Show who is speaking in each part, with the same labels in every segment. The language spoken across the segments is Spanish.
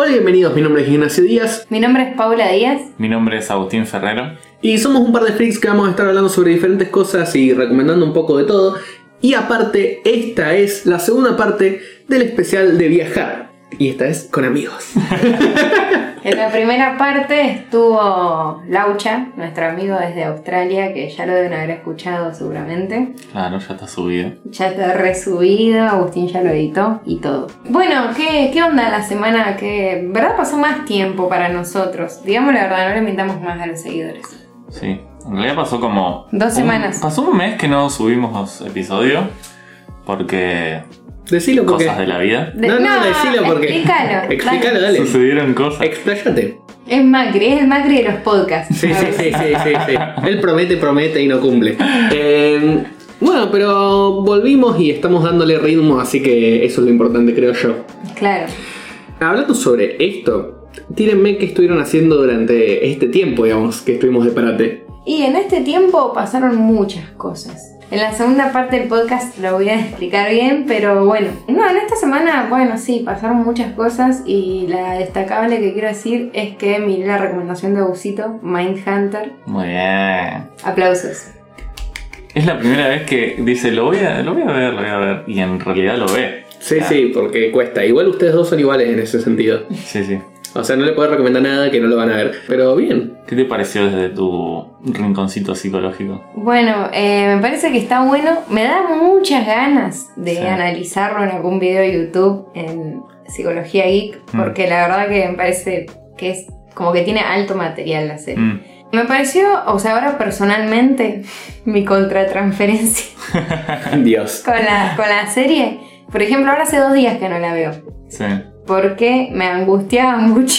Speaker 1: Hola y bienvenidos, mi nombre es Ignacio Díaz
Speaker 2: Mi nombre es Paula Díaz.
Speaker 3: Mi nombre es Agustín Ferrero.
Speaker 1: y somos un par de freaks que vamos a estar hablando sobre diferentes cosas y recomendando un poco de todo. Y aparte, esta es la segunda parte del especial de viajar. Y esta es con amigos.
Speaker 2: En la primera parte estuvo Laucha, nuestro amigo desde Australia, que ya lo deben haber escuchado seguramente.
Speaker 3: Claro, Ah, ya está subido.
Speaker 2: Ya está resubido, Agustín ya lo editó y todo. Bueno, ¿qué, qué onda la semana? Que, ¿verdad? Pasó más tiempo para nosotros. Digamos la verdad, no le mintamos más a los seguidores.
Speaker 3: Sí. En realidad pasó como.
Speaker 1: Oh.
Speaker 2: Dos
Speaker 3: un-
Speaker 2: semanas.
Speaker 3: Pasó un mes que no subimos episodio. Porque.
Speaker 1: Decilo porque.
Speaker 3: Cosas de la vida.
Speaker 2: De-
Speaker 1: no, no, decilo porque.
Speaker 2: Explícalo.
Speaker 1: Explícalo,
Speaker 2: dale.
Speaker 1: dale.
Speaker 3: Sucedieron cosas.
Speaker 1: Expláyate.
Speaker 2: Es Macri, es el Macri de los podcasts.
Speaker 1: Sí, sí, sí, sí, sí, sí. Él promete, promete y no cumple. Eh, bueno, pero volvimos y estamos dándole ritmo, así que eso es lo importante, creo yo.
Speaker 2: Claro.
Speaker 1: Hablando sobre esto, tírenme qué estuvieron haciendo durante este tiempo, digamos, que estuvimos de parate.
Speaker 2: Y en este tiempo pasaron muchas cosas. En la segunda parte del podcast lo voy a explicar bien, pero bueno. No, en esta semana, bueno, sí, pasaron muchas cosas y la destacable que quiero decir es que miré la recomendación de Abusito, Mindhunter.
Speaker 3: Muy bien.
Speaker 2: Aplausos.
Speaker 3: Es la primera vez que dice, lo voy a, lo voy a ver, lo voy a ver. Y en realidad lo ve.
Speaker 1: Sí, sí, porque cuesta. Igual ustedes dos son iguales en ese sentido.
Speaker 3: Sí, sí.
Speaker 1: O sea, no le puedo recomendar nada que no lo van a ver. Pero bien.
Speaker 3: ¿Qué te pareció desde tu rinconcito psicológico?
Speaker 2: Bueno, eh, me parece que está bueno. Me da muchas ganas de
Speaker 3: Sí.
Speaker 2: analizarlo en algún video de YouTube en Psicología Geek,
Speaker 3: Mm.
Speaker 2: porque la verdad que me parece que es como que tiene alto material la serie.
Speaker 3: Mm.
Speaker 2: Me pareció, o sea, ahora personalmente, mi contratransferencia
Speaker 1: Dios.
Speaker 2: con la, con la serie. Por ejemplo, ahora hace dos días que no la veo.
Speaker 3: Sí.
Speaker 2: Porque me angustiaba mucho.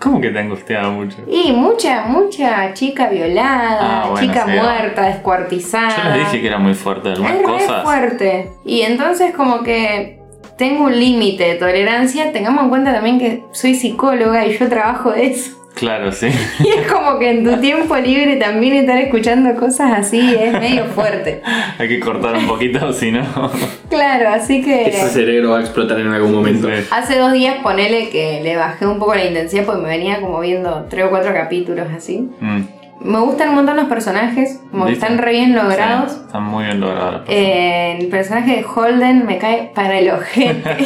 Speaker 3: ¿Cómo que te angustiaba mucho?
Speaker 2: Y mucha, mucha chica violada,
Speaker 3: Ah, bueno,
Speaker 2: chica
Speaker 3: sí.
Speaker 2: muerta, descuartizada.
Speaker 3: Yo les dije que era muy fuerte algunas
Speaker 2: es re
Speaker 3: cosas.
Speaker 2: fuerte. Y entonces como que tengo un límite de tolerancia. Tengamos en cuenta también que soy psicóloga y yo trabajo de eso.
Speaker 3: Claro, sí.
Speaker 2: Y es como que en tu tiempo libre también estar escuchando cosas así es medio fuerte.
Speaker 3: Hay que cortar un poquito, si no.
Speaker 2: Claro, así
Speaker 1: Ese
Speaker 2: que
Speaker 1: cerebro va a explotar en algún momento.
Speaker 3: Sí.
Speaker 2: hace dos días ponele que le bajé un poco la intensidad porque me venía como viendo tres o cuatro capítulos así.
Speaker 3: Mm.
Speaker 2: Me gustan un montón los personajes, como que
Speaker 3: ¿Viste?
Speaker 2: están re bien logrados.
Speaker 3: Sí, están muy bien logrados. los
Speaker 2: Eh, el personaje de Holden me cae para el ojete.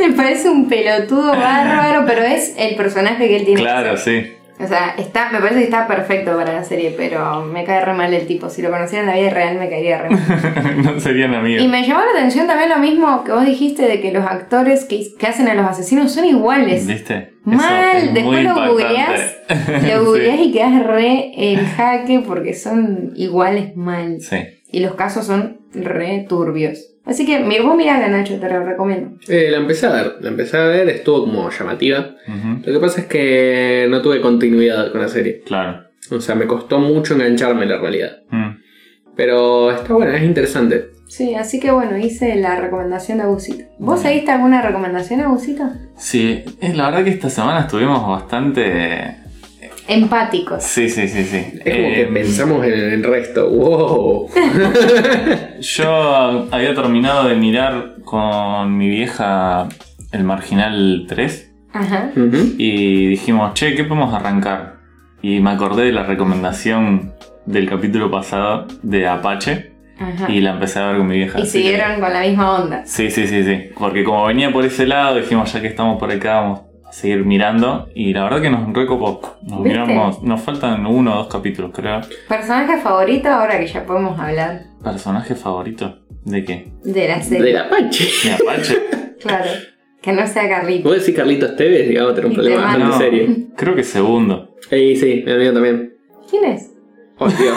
Speaker 2: me parece un pelotudo bárbaro, pero es el personaje que él tiene.
Speaker 3: Claro, sí.
Speaker 2: O sea, está, me parece que está perfecto para la serie, pero me cae re mal el tipo. Si lo conociera en la vida real me caería re mal.
Speaker 3: no serían amigos.
Speaker 2: Y me llamó la atención también lo mismo que vos dijiste de que los actores que, que hacen a los asesinos son iguales.
Speaker 3: ¿Viste? Eso es
Speaker 2: Mal,
Speaker 3: muy
Speaker 2: después lo
Speaker 3: impactante.
Speaker 2: googleás, lo
Speaker 3: Sí.
Speaker 2: googleás y quedás re en jaque porque son iguales mal.
Speaker 3: Sí.
Speaker 2: Y los casos son re turbios. Así que mi- vos mirá la Nacho, te lo recomiendo.
Speaker 1: Eh, la empecé a ver. La empecé a ver, estuvo como llamativa.
Speaker 3: Ujú.
Speaker 1: Lo que pasa es que no tuve continuidad con la serie.
Speaker 3: Claro.
Speaker 1: O sea, me costó mucho engancharme en la realidad.
Speaker 3: Mm.
Speaker 1: Pero está bueno, es interesante.
Speaker 2: Sí, así que bueno, hice la recomendación de Abusito. ¿Vos seguiste alguna recomendación, Abusito?
Speaker 3: Sí, eh, la verdad que esta semana estuvimos bastante.
Speaker 2: Empáticos.
Speaker 3: Sí, sí, sí, sí.
Speaker 1: Es como que
Speaker 3: Eh,
Speaker 1: pensamos en el resto. ¡Wow!
Speaker 3: Yo había terminado de mirar con mi vieja el Marginal 3
Speaker 2: Ajá.
Speaker 1: Ujú.
Speaker 3: y dijimos, che, ¿qué podemos arrancar? Y me acordé de la recomendación del capítulo pasado de Apache
Speaker 2: Ajá.
Speaker 3: y la empecé a ver con mi vieja.
Speaker 2: Ah. Y
Speaker 3: así que-
Speaker 2: siguieron con la misma onda.
Speaker 3: Sí, sí, sí, sí. Porque como venía por ese lado, dijimos, ya que estamos por acá, vamos a seguir mirando. Y la verdad que nos recopó. Nos
Speaker 2: ¿Viste?
Speaker 3: miramos, nos faltan uno o dos capítulos, creo.
Speaker 2: ¿Personaje favorito ahora que ya podemos hablar
Speaker 3: ¿Personaje favorito? ¿De qué?
Speaker 2: de la serie?
Speaker 1: De la Pache.
Speaker 3: ¿De Apache?
Speaker 2: Claro. Que no sea Carlito.
Speaker 1: Vos decís Carlitos Tevez, digamos, tener un
Speaker 2: Y
Speaker 1: problema
Speaker 2: te
Speaker 1: bastante
Speaker 2: mando.
Speaker 1: serio.
Speaker 3: creo que segundo.
Speaker 1: Ey, sí, el mío también.
Speaker 2: ¿Quién es?
Speaker 1: Oh, Dios.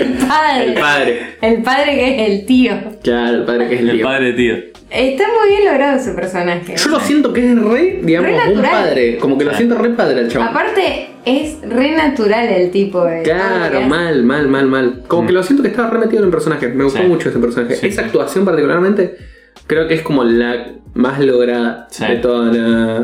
Speaker 2: El padre.
Speaker 1: el padre.
Speaker 2: El padre que es el tío.
Speaker 1: Claro, el padre que es el,
Speaker 3: El
Speaker 1: tío.
Speaker 3: padre tío.
Speaker 2: Está muy bien logrado su personaje.
Speaker 1: Yo lo siento que es re, digamos,
Speaker 2: Re
Speaker 1: un
Speaker 2: natural.
Speaker 1: padre. Como que lo
Speaker 3: Sí.
Speaker 1: siento re padre el chabón.
Speaker 2: Aparte, es re natural el tipo. eh.
Speaker 1: Claro, mal, mal, mal, mal. Como que lo siento que estaba re metido en el personaje. Me gustó
Speaker 3: Mm. Sí.
Speaker 1: mucho este personaje.
Speaker 3: Sí,
Speaker 1: Esa
Speaker 3: sí.
Speaker 1: actuación particularmente creo que es como la más lograda
Speaker 3: Sí.
Speaker 1: de toda la...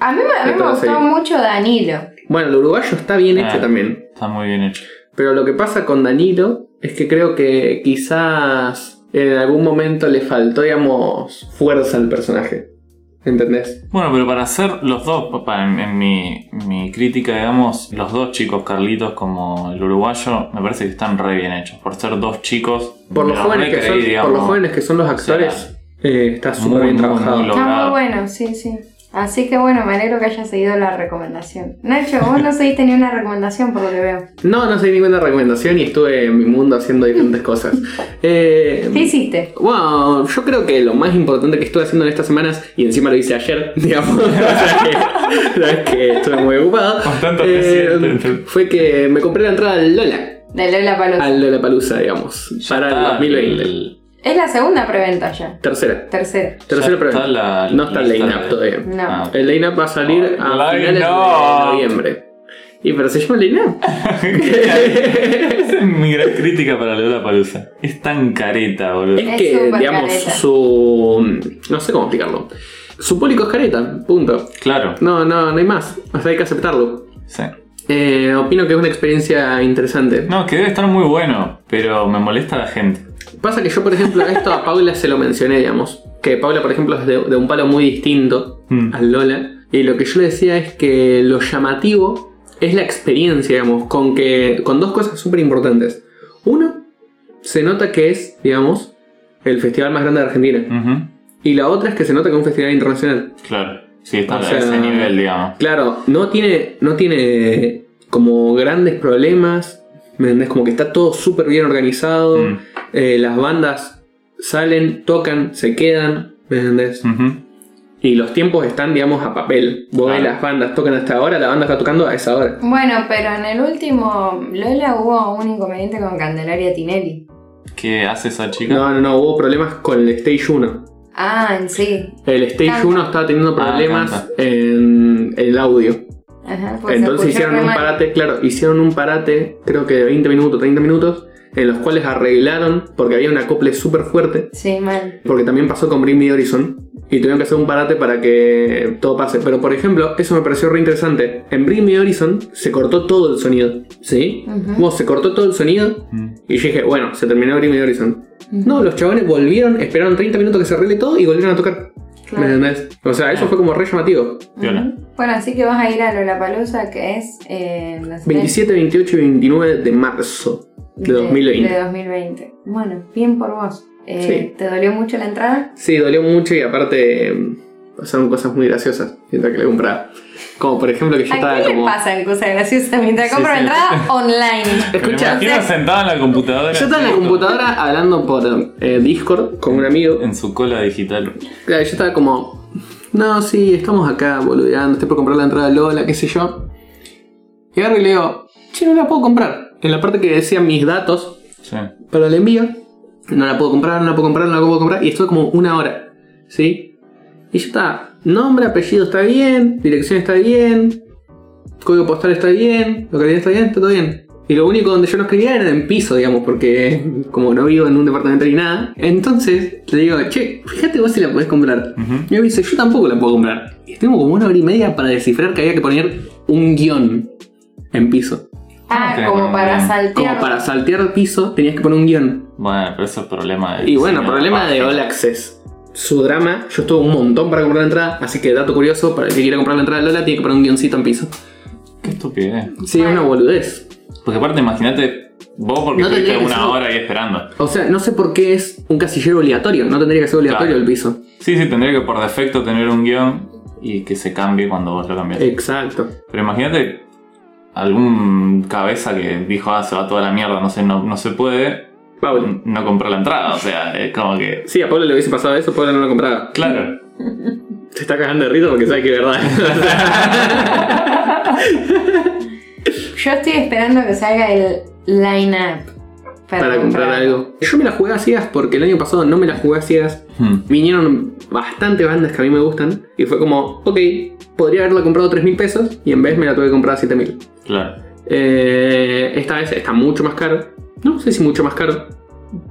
Speaker 2: A mí, me- a mí
Speaker 1: De
Speaker 2: me
Speaker 1: toda
Speaker 2: gustó
Speaker 1: serie.
Speaker 2: mucho Danilo.
Speaker 1: Bueno, el uruguayo está bien
Speaker 3: Ah.
Speaker 1: hecho también.
Speaker 3: Está muy bien hecho.
Speaker 1: Pero lo que pasa con Danilo es que creo que quizás en algún momento le faltó, digamos, fuerza al personaje. ¿Entendés?
Speaker 3: Bueno, pero para hacer los dos, papá, en, en mi, mi crítica, digamos, los dos chicos, Carlitos como el uruguayo, me parece que están re bien hechos. Por ser dos chicos,
Speaker 1: Por
Speaker 3: me
Speaker 1: los,
Speaker 3: los
Speaker 1: jóvenes que
Speaker 3: recreí,
Speaker 1: son,
Speaker 3: digamos.
Speaker 1: por los jóvenes que son los actores, eh, está súper
Speaker 3: muy,
Speaker 1: bien
Speaker 3: muy,
Speaker 1: trabajado.
Speaker 3: muy lo-
Speaker 2: Está muy
Speaker 3: logrado.
Speaker 2: bueno, sí, sí. Así que bueno, me alegro que hayas seguido la recomendación. Nacho, vos no seguiste ni una recomendación por lo que veo.
Speaker 1: No, no sé ninguna recomendación y estuve en mi mundo haciendo diferentes cosas. Eh,
Speaker 2: ¿Qué hiciste?
Speaker 1: Wow, yo creo que lo más importante que estuve haciendo en estas semanas, y encima lo hice ayer, digamos, o sea que, no es que estuve muy ocupado, eh,
Speaker 3: Bastante reciente.
Speaker 1: fue que me compré la entrada al Lola,
Speaker 2: De Lola Palos.
Speaker 1: al Lola Palusa, digamos,
Speaker 3: Ya
Speaker 1: para el
Speaker 3: está
Speaker 1: 2020.
Speaker 3: el-
Speaker 2: Es la segunda preventa ya.
Speaker 1: Tercera,
Speaker 2: Tercera.
Speaker 1: tercera
Speaker 3: ya está
Speaker 1: pregunta.
Speaker 3: la-
Speaker 1: No está el
Speaker 3: lista
Speaker 1: line-up
Speaker 3: de-
Speaker 1: todavía.
Speaker 2: No.
Speaker 3: Ah.
Speaker 1: El line-up va a salir a
Speaker 3: Ay,
Speaker 1: finales
Speaker 3: no.
Speaker 1: de noviembre. Y pero se llama line-up.
Speaker 3: Esa es mi gran crítica para Lola Palusa. Es tan careta, boludo.
Speaker 1: Es
Speaker 2: Es
Speaker 1: que,
Speaker 2: súper
Speaker 1: digamos,
Speaker 2: careta.
Speaker 1: su... No sé cómo explicarlo. Su público es careta, punto.
Speaker 3: Claro,
Speaker 1: No, no, no hay más. O sea, hay que aceptarlo.
Speaker 3: sí.
Speaker 1: Eh, opino que es una experiencia interesante.
Speaker 3: No, que debe estar muy bueno, pero me molesta la gente.
Speaker 1: Pasa que yo, por ejemplo, esto a Paula se lo mencioné, digamos. Que Paula, por ejemplo, es de, de un palo muy distinto
Speaker 3: Mm.
Speaker 1: al Lola. Y lo que yo le decía es que lo llamativo es la experiencia, digamos, con, que, con dos cosas súper importantes. Uno, se nota que es, digamos, el festival más grande de Argentina.
Speaker 3: Ujú,
Speaker 1: Y la otra es que se nota que es un festival internacional.
Speaker 3: Claro, sí, está
Speaker 1: O
Speaker 3: a
Speaker 1: sea,
Speaker 3: ese nivel, digamos.
Speaker 1: Claro, no tiene, no tiene como grandes problemas, ¿me entendés? Como que está todo súper bien organizado,
Speaker 3: Mm,
Speaker 1: eh, las bandas salen, tocan, se quedan, ¿me entendés?
Speaker 3: ujú.
Speaker 1: Y los tiempos están, digamos, a papel. Vos ves
Speaker 3: Claro.
Speaker 1: las bandas tocan hasta ahora, la banda está tocando a esa hora.
Speaker 2: Bueno, pero en el último Lola hubo un inconveniente con Candelaria Tinelli.
Speaker 3: ¿Qué hace esa chica?
Speaker 1: No, no, no, hubo problemas con el Stage 1.
Speaker 2: Ah, en sí.
Speaker 1: El Stage
Speaker 2: Canta.
Speaker 1: 1 estaba teniendo
Speaker 3: Ah,
Speaker 1: problemas
Speaker 3: canta.
Speaker 1: en el audio.
Speaker 2: Ajá, pues se
Speaker 1: Entonces
Speaker 2: escuchó
Speaker 1: hicieron
Speaker 2: re
Speaker 1: un
Speaker 2: mal.
Speaker 1: parate, claro, hicieron un parate, creo que de 20 minutos, 30 minutos, en los cuales arreglaron, porque había un acople súper fuerte,
Speaker 2: Sí, mal.
Speaker 1: porque también pasó con Bring Me the Horizon, y tuvieron que hacer un parate para que todo pase. Pero por ejemplo, eso me pareció re interesante. En Bring Me the Horizon se cortó todo el sonido, ¿sí?
Speaker 2: Ujú.
Speaker 1: Como se cortó todo el sonido,
Speaker 3: Mm.
Speaker 1: y yo dije, bueno, se terminó Bring Me the Horizon. No, los chabones volvieron, esperaron 30 minutos que se arregle todo y volvieron a tocar.
Speaker 2: Claro.
Speaker 1: ¿Me entendés? O sea, eso fue como re llamativo.
Speaker 3: Viola.
Speaker 2: Ujú. Bueno, así que vas a ir a Lollapalooza, que es... Eh, no sé,
Speaker 1: 27, 28 y 29 de marzo de 2020.
Speaker 2: de 2020. Bueno, bien por vos. Eh,
Speaker 1: Sí.
Speaker 2: ¿Te dolió mucho la entrada?
Speaker 1: Sí, dolió mucho y aparte eh, pasaron cosas muy graciosas mientras que la compraba. Como por ejemplo que yo
Speaker 2: ¿A
Speaker 1: estaba
Speaker 2: qué le
Speaker 1: como.
Speaker 2: pasan cosas graciosas mientras
Speaker 3: Sí,
Speaker 2: compro
Speaker 3: sí.
Speaker 2: entrada online?
Speaker 3: Me
Speaker 1: Escucha,
Speaker 3: imagino sentado en la computadora.
Speaker 1: yo estaba en la computadora hablando por eh, Discord con un amigo.
Speaker 3: En su cola digital.
Speaker 1: Claro, yo estaba como. No, sí, estamos acá boludeando, estoy por comprar la entrada de Lola, qué sé yo. Y agarro y le digo, che, no la puedo comprar. En la parte que decía mis datos,
Speaker 3: Sí.
Speaker 1: para el envío. No la puedo comprar, no la puedo comprar, no la puedo comprar. Y estuve como una hora. ¿Sí? Y yo estaba. Nombre, apellido está bien. Dirección está bien. Código postal está bien. Localidad está bien. Está todo bien. Y lo único donde yo no escribía era en piso, digamos, porque como no vivo en un departamento ni nada. Entonces le digo, che, fíjate vos si la podés comprar.
Speaker 3: Ujú.
Speaker 1: Y él me dice, yo tampoco la puedo comprar. Y estuvimos como una hora y media para descifrar que había que poner un guión en piso.
Speaker 2: Ah,
Speaker 3: Ok,
Speaker 2: como
Speaker 3: bueno,
Speaker 2: para
Speaker 3: bien.
Speaker 2: saltear.
Speaker 1: Como para saltear el piso tenías que poner un guión.
Speaker 3: Bueno, pero eso es problema de.
Speaker 1: Y bueno,
Speaker 3: diseño
Speaker 1: problema de
Speaker 3: página.
Speaker 1: All Access. Su drama, yo estuve un montón para comprar la entrada, así que dato curioso, para el que quiera comprar la entrada de Lola tiene que poner un guioncito en piso.
Speaker 3: Qué estupidez.
Speaker 1: Sí, es una boludez.
Speaker 3: Porque aparte, imagínate vos porque
Speaker 1: No
Speaker 3: estuviste
Speaker 1: tendría que
Speaker 3: una
Speaker 1: ser-
Speaker 3: hora ahí esperando.
Speaker 1: O sea, no sé por qué es un casillero obligatorio, no tendría que ser obligatorio
Speaker 3: Claro.
Speaker 1: el piso.
Speaker 3: Sí, sí, tendría que por defecto tener un guión y que se cambie cuando vos lo cambias.
Speaker 1: Exacto.
Speaker 3: Pero imagínate algún cabeza que dijo, ah, se va toda la mierda, no se, no, no se puede,
Speaker 1: Pablo.
Speaker 3: no compró la entrada. O sea, es como que.
Speaker 1: Sí, a Pablo le hubiese pasado eso, Pablo no lo compraba.
Speaker 3: Claro.
Speaker 1: Se está cagando de rito porque sabe que es verdad.
Speaker 2: Yo estoy esperando que salga el line-up.
Speaker 1: para comprar algo. Yo me la jugué a ciegas porque el año pasado no me la jugué a ciegas
Speaker 3: Hmm.
Speaker 1: vinieron bastante bandas que a mí me gustan y fue como, ok, podría haberla comprado 3 mil pesos y en vez me la tuve que comprar a 7 mil.
Speaker 3: Claro.
Speaker 1: Eh, esta vez está mucho más caro, no sé si mucho más caro,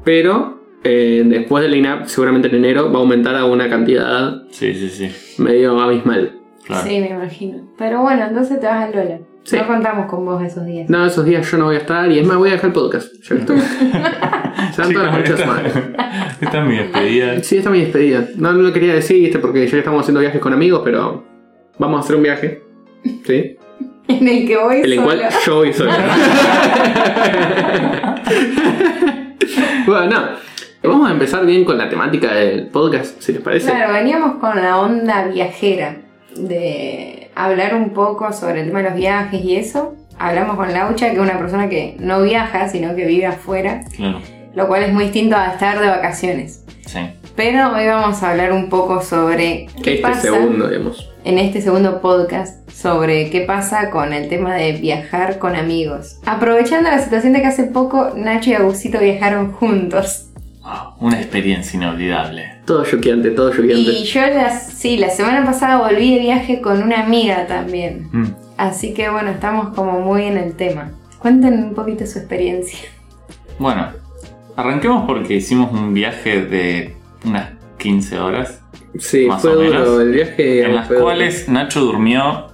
Speaker 1: pero eh, después del line-up seguramente en enero va a aumentar a una cantidad
Speaker 3: Sí, sí, sí.
Speaker 1: medio abismal.
Speaker 3: Claro.
Speaker 2: Sí, me imagino. Pero bueno, entonces te vas al Lola.
Speaker 1: Sí.
Speaker 2: No contamos con vos esos días.
Speaker 1: No, esos días yo no voy a estar y es más, voy a dejar el podcast. Ya que estoy. Santo las
Speaker 3: Chicos,
Speaker 1: muchas madres.
Speaker 3: esta, esta es mi despedida.
Speaker 1: Sí, esta es mi despedida. No no lo quería decir, viste, porque ya que estamos haciendo viajes con amigos, pero vamos a hacer un viaje. ¿Sí?
Speaker 2: En el que voy
Speaker 1: En el
Speaker 2: solo.
Speaker 1: cual yo voy solo. bueno, no. Vamos a empezar bien con la temática del podcast, si les parece.
Speaker 2: Claro, veníamos con la onda viajera de hablar un poco sobre el tema de los viajes y eso. Hablamos con Laucha, que es una persona que no viaja, sino que vive afuera,
Speaker 3: Claro,
Speaker 2: lo cual es muy distinto a estar de vacaciones.
Speaker 3: sí.
Speaker 2: Pero hoy vamos a hablar un poco sobre qué
Speaker 1: este
Speaker 2: pasa
Speaker 1: segundo, digamos.
Speaker 2: en este segundo podcast sobre qué pasa con el tema de viajar con amigos. Aprovechando la situación de que hace poco Nacho y Agusito viajaron juntos.
Speaker 3: Ah, Una experiencia inolvidable.
Speaker 1: Todo choqueante, todo
Speaker 2: Y
Speaker 1: choqueante.
Speaker 2: yo las, sí, la semana pasada volví de viaje con una amiga también.
Speaker 3: Mm.
Speaker 2: Así que bueno, estamos como muy en el tema. Cuenten un poquito su experiencia.
Speaker 3: Bueno, arranquemos porque hicimos un viaje de unas 15 horas,
Speaker 1: Sí,
Speaker 3: más
Speaker 1: fue
Speaker 3: o
Speaker 1: duro
Speaker 3: menos.
Speaker 1: el viaje.
Speaker 3: en las
Speaker 1: fue duro.
Speaker 3: cuales Nacho durmió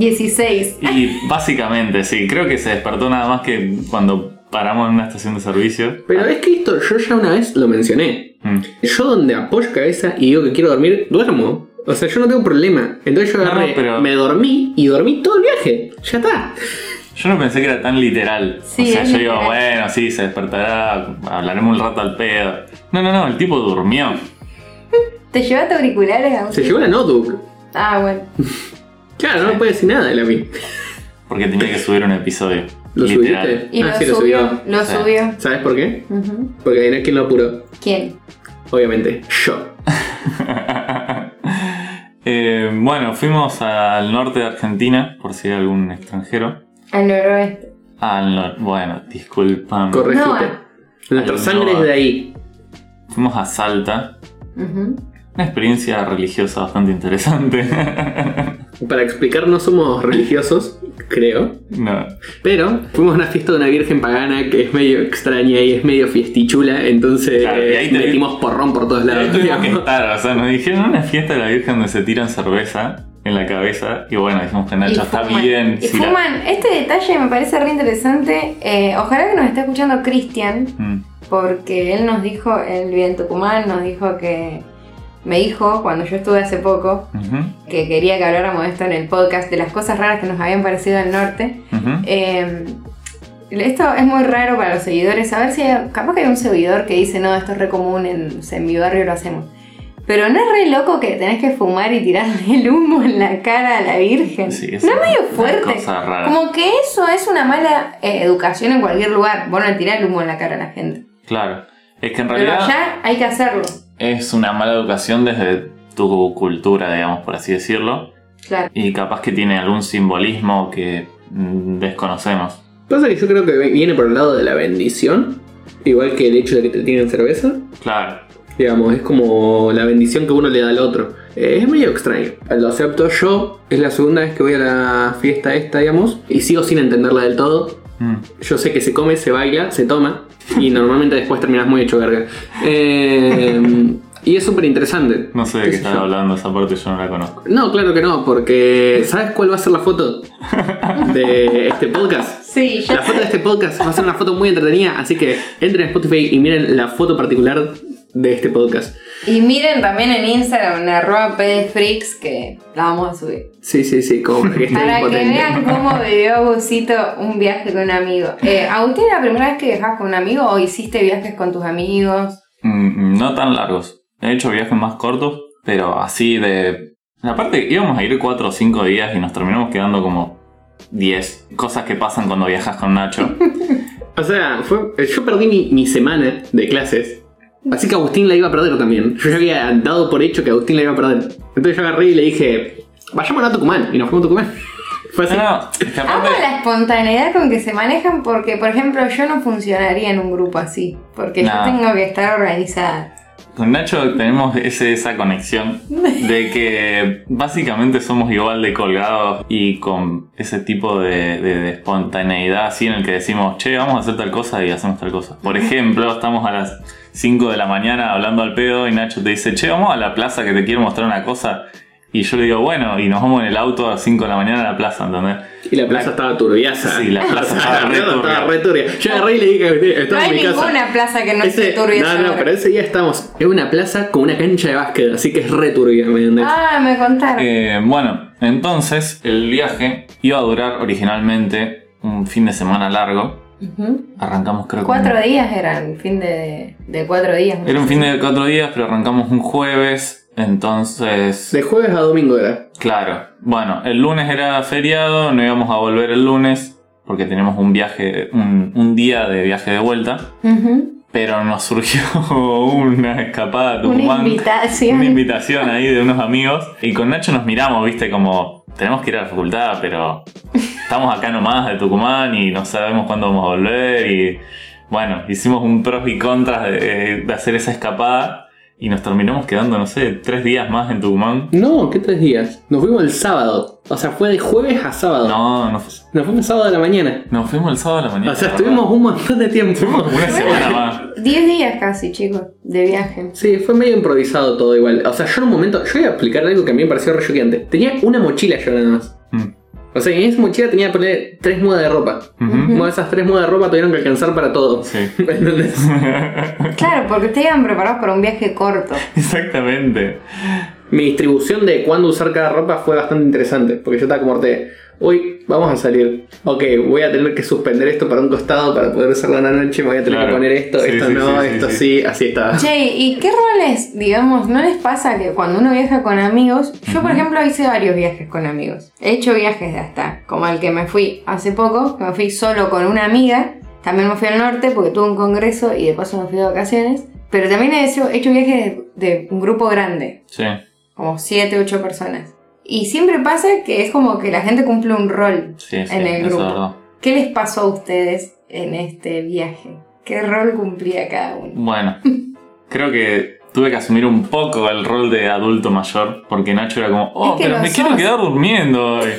Speaker 2: 16.
Speaker 3: y básicamente, sí, creo que se despertó nada más que cuando paramos en una estación de servicio.
Speaker 1: Pero es que esto yo ya una vez lo mencioné.
Speaker 3: Mm.
Speaker 1: Yo donde apoyo cabeza y digo que quiero dormir, duermo. O sea, yo no tengo problema. Entonces yo
Speaker 3: No,
Speaker 1: agarré,
Speaker 3: pero-
Speaker 1: me dormí y dormí todo el viaje. Ya está.
Speaker 3: Yo no pensé que era tan literal.
Speaker 2: Sí,
Speaker 3: o sea,
Speaker 2: es
Speaker 3: yo
Speaker 2: literal.
Speaker 3: digo, bueno, sí, se despertará, hablaremos un rato al pedo. No, no, no, el tipo durmió.
Speaker 2: ¿Te llevaste auriculares Agusito?
Speaker 1: Se llevó la notebook.
Speaker 2: Ah, bueno.
Speaker 1: Claro, no me puede decir nada él a mí.
Speaker 3: Porque tenía que subir un episodio.
Speaker 1: ¿Lo
Speaker 3: literal.
Speaker 1: subiste?
Speaker 2: Y
Speaker 1: Ah,
Speaker 2: lo,
Speaker 1: sí, lo
Speaker 2: subió,
Speaker 1: subió.
Speaker 2: Lo
Speaker 3: Sí.
Speaker 2: subió.
Speaker 1: ¿Sabes por qué?
Speaker 2: Ujú.
Speaker 1: Porque adivina quién lo apuró.
Speaker 2: ¿Quién?
Speaker 1: Obviamente, yo.
Speaker 3: Eh, bueno, fuimos al norte de Argentina, por si hay algún extranjero.
Speaker 2: Al noroeste.
Speaker 3: Al norte, bueno, disculpame.
Speaker 1: Corregite.
Speaker 2: Noah.
Speaker 1: Nuestra
Speaker 3: Ay,
Speaker 1: sangre
Speaker 3: Noah.
Speaker 1: es de ahí.
Speaker 3: Fuimos a Salta.
Speaker 2: Ujú.
Speaker 3: Una experiencia religiosa bastante interesante.
Speaker 1: Para explicar, no somos religiosos, creo.
Speaker 3: no,
Speaker 1: Pero fuimos a una fiesta de una virgen pagana que es medio extraña y es medio fiestichula. Entonces
Speaker 3: Claro, y ahí te-
Speaker 1: metimos porrón por todos
Speaker 3: Ahí
Speaker 1: lados.
Speaker 3: tuvimos que
Speaker 1: digamos.
Speaker 3: estar, o sea, nos dijeron una fiesta de la Virgen donde se tiran cerveza en la cabeza. Y bueno, dijimos que
Speaker 2: Y
Speaker 3: Nacho está
Speaker 2: fuman.
Speaker 3: bien.
Speaker 2: Y
Speaker 3: si la-
Speaker 2: fuman. Este detalle me parece re interesante. Eh, ojalá que nos esté escuchando Cristian.
Speaker 3: Mm,
Speaker 2: porque él nos dijo, él vive en Tucumán, nos dijo que me dijo cuando yo estuve hace poco
Speaker 3: ujú,
Speaker 2: que quería que habláramos de esto en el podcast de las cosas raras que nos habían parecido al norte.
Speaker 3: ujú.
Speaker 2: Eh, esto es muy raro para los seguidores. A ver si hay- capaz que hay un seguidor que dice, no, esto es re común, en, o sea, en mi barrio lo hacemos. Pero no es re loco que tenés que fumar y tirarle el humo en la cara a la Virgen.
Speaker 3: Sí,
Speaker 2: Eh, no
Speaker 3: es
Speaker 2: es medio
Speaker 3: una
Speaker 2: fuerte.
Speaker 3: cosa rara.
Speaker 2: Como que eso es una mala eh, educación en cualquier lugar. Bueno, tirar el humo en la cara a la gente.
Speaker 3: Claro. Es que en
Speaker 2: Pero
Speaker 3: realidad
Speaker 2: allá hay que hacerlo.
Speaker 3: es una mala educación desde tu cultura, digamos, por así decirlo.
Speaker 2: Claro.
Speaker 3: Y capaz que tiene algún simbolismo que mm, desconocemos.
Speaker 1: Pasa que yo creo que viene por el lado de la bendición, igual que el hecho de que te tienen cerveza.
Speaker 3: Claro.
Speaker 1: Digamos, es como la bendición que uno le da al otro. Eh, es medio extraño. Lo acepto yo, es la segunda vez que voy a la fiesta esta, digamos, y sigo sin entenderla del todo.
Speaker 3: Mm.
Speaker 1: Yo sé que se come, se baila, se toma, y normalmente después terminas muy hecho verga. Eh, y es súper interesante.
Speaker 3: No sé de
Speaker 1: ¿Qué
Speaker 3: qué
Speaker 1: sé
Speaker 3: estás
Speaker 1: yo?
Speaker 3: hablando, esa parte yo no la conozco.
Speaker 1: No, claro que no, porque ¿sabes cuál va a ser la foto de este podcast?
Speaker 2: Sí,
Speaker 1: La foto de este podcast va a ser una foto muy entretenida, así que entren a Spotify y miren la foto particular de este podcast.
Speaker 2: Y miren también en Instagram, en arroba pedfreaks, que la vamos a subir.
Speaker 1: Sí, sí, sí, como para que esté
Speaker 2: Para que
Speaker 1: impotente.
Speaker 2: vean cómo vivió Agusito un viaje con un amigo. Eh, Agustín, ¿la primera vez que viajas con un amigo o hiciste viajes con tus amigos?
Speaker 3: Mm, No tan largos. He hecho viajes más cortos, pero así de. Aparte, íbamos a ir 4 o 5 días y nos terminamos quedando como 10. Cosas que pasan cuando viajas con Nacho.
Speaker 1: O sea, fue- yo perdí mi, mi semana de clases. Así que Agustín la iba a perder también. Yo ya había dado por hecho que Agustín la iba a perder. Entonces yo agarré y le dije, vayamos a Tucumán. Y nos fuimos a Tucumán. Fue así.
Speaker 3: No, no, es que
Speaker 2: Amo
Speaker 3: aparte.
Speaker 2: la espontaneidad con que se manejan porque, por ejemplo, yo no funcionaría en un grupo así. Porque
Speaker 3: No.
Speaker 2: yo tengo que estar organizada.
Speaker 3: Con Nacho tenemos ese- esa conexión de que básicamente somos igual de colgados y con ese tipo de, de- de espontaneidad así en el que decimos, che, vamos a hacer tal cosa y hacemos tal cosa. Por ejemplo, estamos a las 5 de la mañana hablando al pedo y Nacho te dice, che, vamos a la plaza que te quiero mostrar una cosa. Y yo le digo, bueno, y nos vamos en el auto a las 5 de la mañana a la plaza, ¿entendés?
Speaker 1: Y la plaza estaba turbiaza.
Speaker 3: Sí, la plaza estaba
Speaker 1: la
Speaker 3: re
Speaker 1: plaza
Speaker 3: turbia.
Speaker 1: estaba re turbia. Yo agarré y le dije que
Speaker 2: No
Speaker 1: estaba en
Speaker 2: hay
Speaker 1: mi casa.
Speaker 2: ninguna plaza que no
Speaker 1: Ese-
Speaker 2: esté turbia.
Speaker 1: no, no,
Speaker 2: ahora.
Speaker 1: pero ese día estamos en una plaza con una cancha de básquet, así que es re turbia, ¿me entendés?
Speaker 2: Ah, me contaron.
Speaker 3: Eh, bueno, entonces el viaje iba a durar originalmente un fin de semana largo.
Speaker 2: Ujú.
Speaker 3: Arrancamos creo que... un-
Speaker 2: Cuatro días eran, fin de, de cuatro días.
Speaker 3: Era un fin de cuatro días, pero arrancamos un jueves. Entonces...
Speaker 1: De jueves a domingo era.
Speaker 3: Claro. Bueno, el lunes era feriado, no íbamos a volver el lunes porque tenemos un viaje, un, un día de viaje de vuelta.
Speaker 2: Ujú.
Speaker 3: Pero nos surgió una escapada a
Speaker 2: Una
Speaker 3: Tucumán,
Speaker 2: invitación.
Speaker 3: una invitación ahí de unos amigos. Y con Nacho nos miramos, viste, como tenemos que ir a la facultad, pero estamos acá nomás de Tucumán y no sabemos cuándo vamos a volver. Y bueno, hicimos un pros y contras de, de hacer esa escapada y nos terminamos quedando, no sé, tres días más en Tucumán.
Speaker 1: No, ¿qué tres días? Nos fuimos el sábado. O sea, fue de jueves a sábado.
Speaker 3: No, nos,
Speaker 1: Nos fuimos el sábado de la mañana.
Speaker 3: nos fuimos el sábado a la mañana.
Speaker 1: O sea, estuvimos un montón de tiempo.
Speaker 3: una semana más.
Speaker 2: Diez días casi, chicos, de viaje.
Speaker 1: Sí, fue medio improvisado todo igual. O sea, yo en un momento. Yo voy a explicar algo que a mí me pareció re choqueante. Tenía una mochila yo nada más.
Speaker 3: Mm,
Speaker 1: O sea, y en esa mochila tenía poner tres mudas de ropa.
Speaker 3: ujú,
Speaker 1: Bueno, esas tres mudas de ropa tuvieron que alcanzar para todo.
Speaker 3: Sí.
Speaker 1: ¿Entendés?
Speaker 2: Claro, porque ustedes iban preparados para un viaje corto.
Speaker 3: Exactamente.
Speaker 1: Mi distribución de cuándo usar cada ropa fue bastante interesante, porque yo estaba como orte, hoy vamos a salir, ok, voy a tener que suspender esto para un costado para poder usarlo en la noche, me voy a tener
Speaker 3: Claro.
Speaker 1: que poner esto,
Speaker 3: Sí,
Speaker 1: esto
Speaker 3: sí,
Speaker 1: no,
Speaker 3: sí, sí,
Speaker 1: esto sí,
Speaker 3: sí.
Speaker 1: así estaba.
Speaker 2: Che, ¿y qué roles, digamos, no les pasa que cuando uno viaja con amigos? Yo, por ejemplo, hice varios viajes con amigos. He hecho viajes de hasta, como el que me fui hace poco, que me fui solo con una amiga. También me fui al norte porque tuve un congreso y de paso me fui de vacaciones. Pero también he hecho, he hecho viajes de, de un grupo grande,
Speaker 3: Sí.
Speaker 2: como 7, 8 personas. Y siempre pasa que es como que la gente cumple un rol
Speaker 3: Sí, sí,
Speaker 2: en el
Speaker 3: eso es
Speaker 2: grupo.
Speaker 3: verdad.
Speaker 2: ¿Qué les pasó a ustedes en este viaje? ¿Qué rol cumplía cada uno?
Speaker 3: Bueno, creo que tuve que asumir un poco el rol de adulto mayor, porque Nacho era como, oh,
Speaker 2: Es que
Speaker 3: pero
Speaker 2: lo
Speaker 3: me
Speaker 2: sos".
Speaker 3: quiero quedar durmiendo hoy.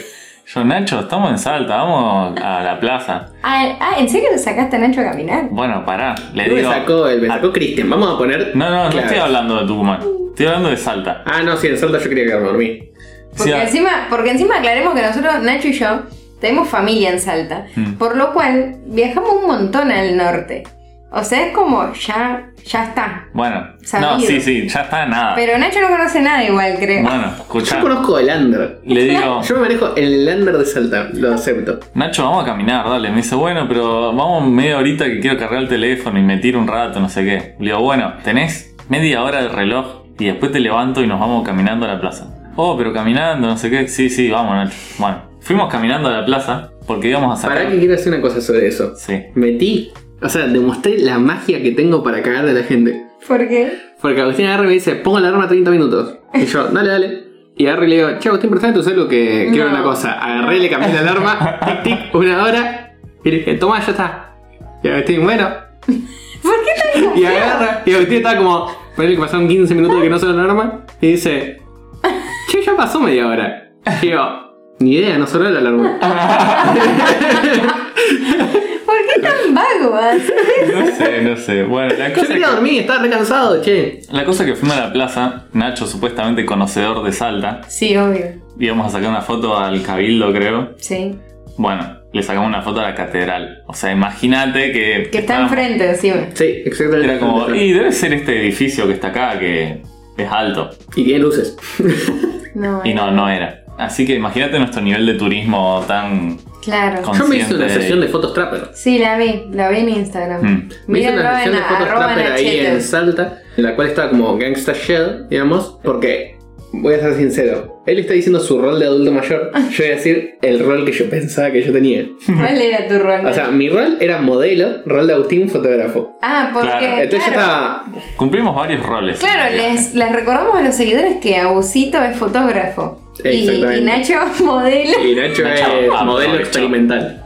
Speaker 3: Yo, Nacho, estamos en Salta, vamos a la plaza.
Speaker 2: Ah, ah, ¿en serio lo sacaste a Nacho a caminar?
Speaker 3: Bueno, pará, le
Speaker 1: Creo que
Speaker 3: digo...
Speaker 1: sacó el, me sacó Cristian, vamos a poner...
Speaker 3: No, no, no
Speaker 1: Claro.
Speaker 3: estoy hablando de Tucumán, estoy hablando de Salta.
Speaker 1: Ah, no, sí, en Salta yo quería quedarme a dormir.
Speaker 2: Porque,
Speaker 3: Sí, a-
Speaker 2: encima, porque encima aclaremos que nosotros, Nacho y yo, tenemos familia en Salta.
Speaker 3: Mm.
Speaker 2: Por lo cual, viajamos un montón al norte. O sea, es como, ya, ya está.
Speaker 3: Bueno, no,
Speaker 2: Sabido.
Speaker 3: sí, sí, ya está nada.
Speaker 2: Pero Nacho no conoce nada igual, creo.
Speaker 3: Ah. Bueno,
Speaker 1: Yo
Speaker 3: escuchá,
Speaker 1: conozco el Lander,
Speaker 3: le digo...
Speaker 1: yo me manejo en el Lander de Salta, lo acepto.
Speaker 3: Nacho, vamos a caminar, dale. Me dice, bueno, pero vamos media horita que quiero cargar el teléfono y me tiro un rato, no sé qué. Le digo, bueno, tenés media hora de reloj y después te levanto y nos vamos caminando a la plaza. Oh, pero caminando, no sé qué. Sí, sí, vamos, Nacho. Bueno, fuimos caminando a la plaza porque íbamos a sacar.
Speaker 1: Para que quiero hacer una cosa sobre eso.
Speaker 3: Sí.
Speaker 1: Metí, o sea, demostré la magia que tengo para cagar de la gente.
Speaker 2: ¿Por qué?
Speaker 1: Porque Agustín agarra y me dice, pongo la alarma 30 minutos. Y yo, dale, dale. Y agarré y le digo, che, Agustín, prestame tu celu que quiero ver
Speaker 2: No.
Speaker 1: una cosa. Agarré, le cambié la alarma, tic, tic, una hora. Y le dije, toma, ya está. Y Agustín, bueno.
Speaker 2: ¿Por qué tan
Speaker 1: Y
Speaker 2: confiado?
Speaker 1: agarra. Y Agustín estaba como, ponele que pasaron 15 minutos de que no suena la alarma. Y dice, che, ya pasó media hora. Y digo, ni idea, no sonó la alarma.
Speaker 3: Ah,
Speaker 2: ¿Por qué tan vago? vas?
Speaker 3: No sé, no sé. Bueno, la
Speaker 1: Yo
Speaker 3: cosa,
Speaker 1: quería
Speaker 3: que,
Speaker 1: dormir, estaba recansado, che.
Speaker 3: la cosa que fuimos a la plaza, Nacho, supuestamente conocedor de Salta,
Speaker 2: Sí, obvio.
Speaker 3: íbamos a sacar una foto al Cabildo, creo.
Speaker 2: Sí.
Speaker 3: Bueno, le sacamos una foto a la catedral. O sea, imagínate que.
Speaker 2: Que está
Speaker 3: estábamos-
Speaker 2: enfrente encima.
Speaker 1: Sí, exactamente.
Speaker 3: Era como, y debe ser este edificio que está acá que es alto.
Speaker 1: Y tiene luces.
Speaker 2: No,
Speaker 3: Y no, no era. Así que imagínate nuestro nivel de turismo tan.
Speaker 2: Claro.
Speaker 3: Con-
Speaker 1: Yo me hice
Speaker 3: Consciente
Speaker 1: una
Speaker 3: de-
Speaker 1: sesión de fotos trapper.
Speaker 2: Sí, la vi. La vi en Instagram.
Speaker 3: Mm.
Speaker 1: Me hice
Speaker 2: Mírenlo
Speaker 1: una sesión
Speaker 2: en
Speaker 1: de fotos
Speaker 2: arroba
Speaker 1: trapper ahí en
Speaker 2: Nachetes.
Speaker 1: Salta, en la cual estaba como gangsta shell, digamos, porque voy a ser sincero, él está diciendo su rol de adulto mayor, yo voy a decir el rol que yo pensaba que yo tenía.
Speaker 2: ¿Cuál era tu rol?
Speaker 1: O sea, mi rol era modelo, rol de Agustín, fotógrafo.
Speaker 2: ah, porque.
Speaker 3: Claro.
Speaker 1: Entonces yo
Speaker 2: claro.
Speaker 1: estaba...
Speaker 3: Cumplimos varios roles.
Speaker 2: Claro, les, les recordamos a los seguidores que Abusito es fotógrafo. Y,
Speaker 1: Exactamente.
Speaker 2: y Nacho modelo.
Speaker 1: Y Nacho
Speaker 3: Nacho,
Speaker 1: es
Speaker 3: vamos,
Speaker 1: modelo
Speaker 3: Nacho.
Speaker 1: experimental.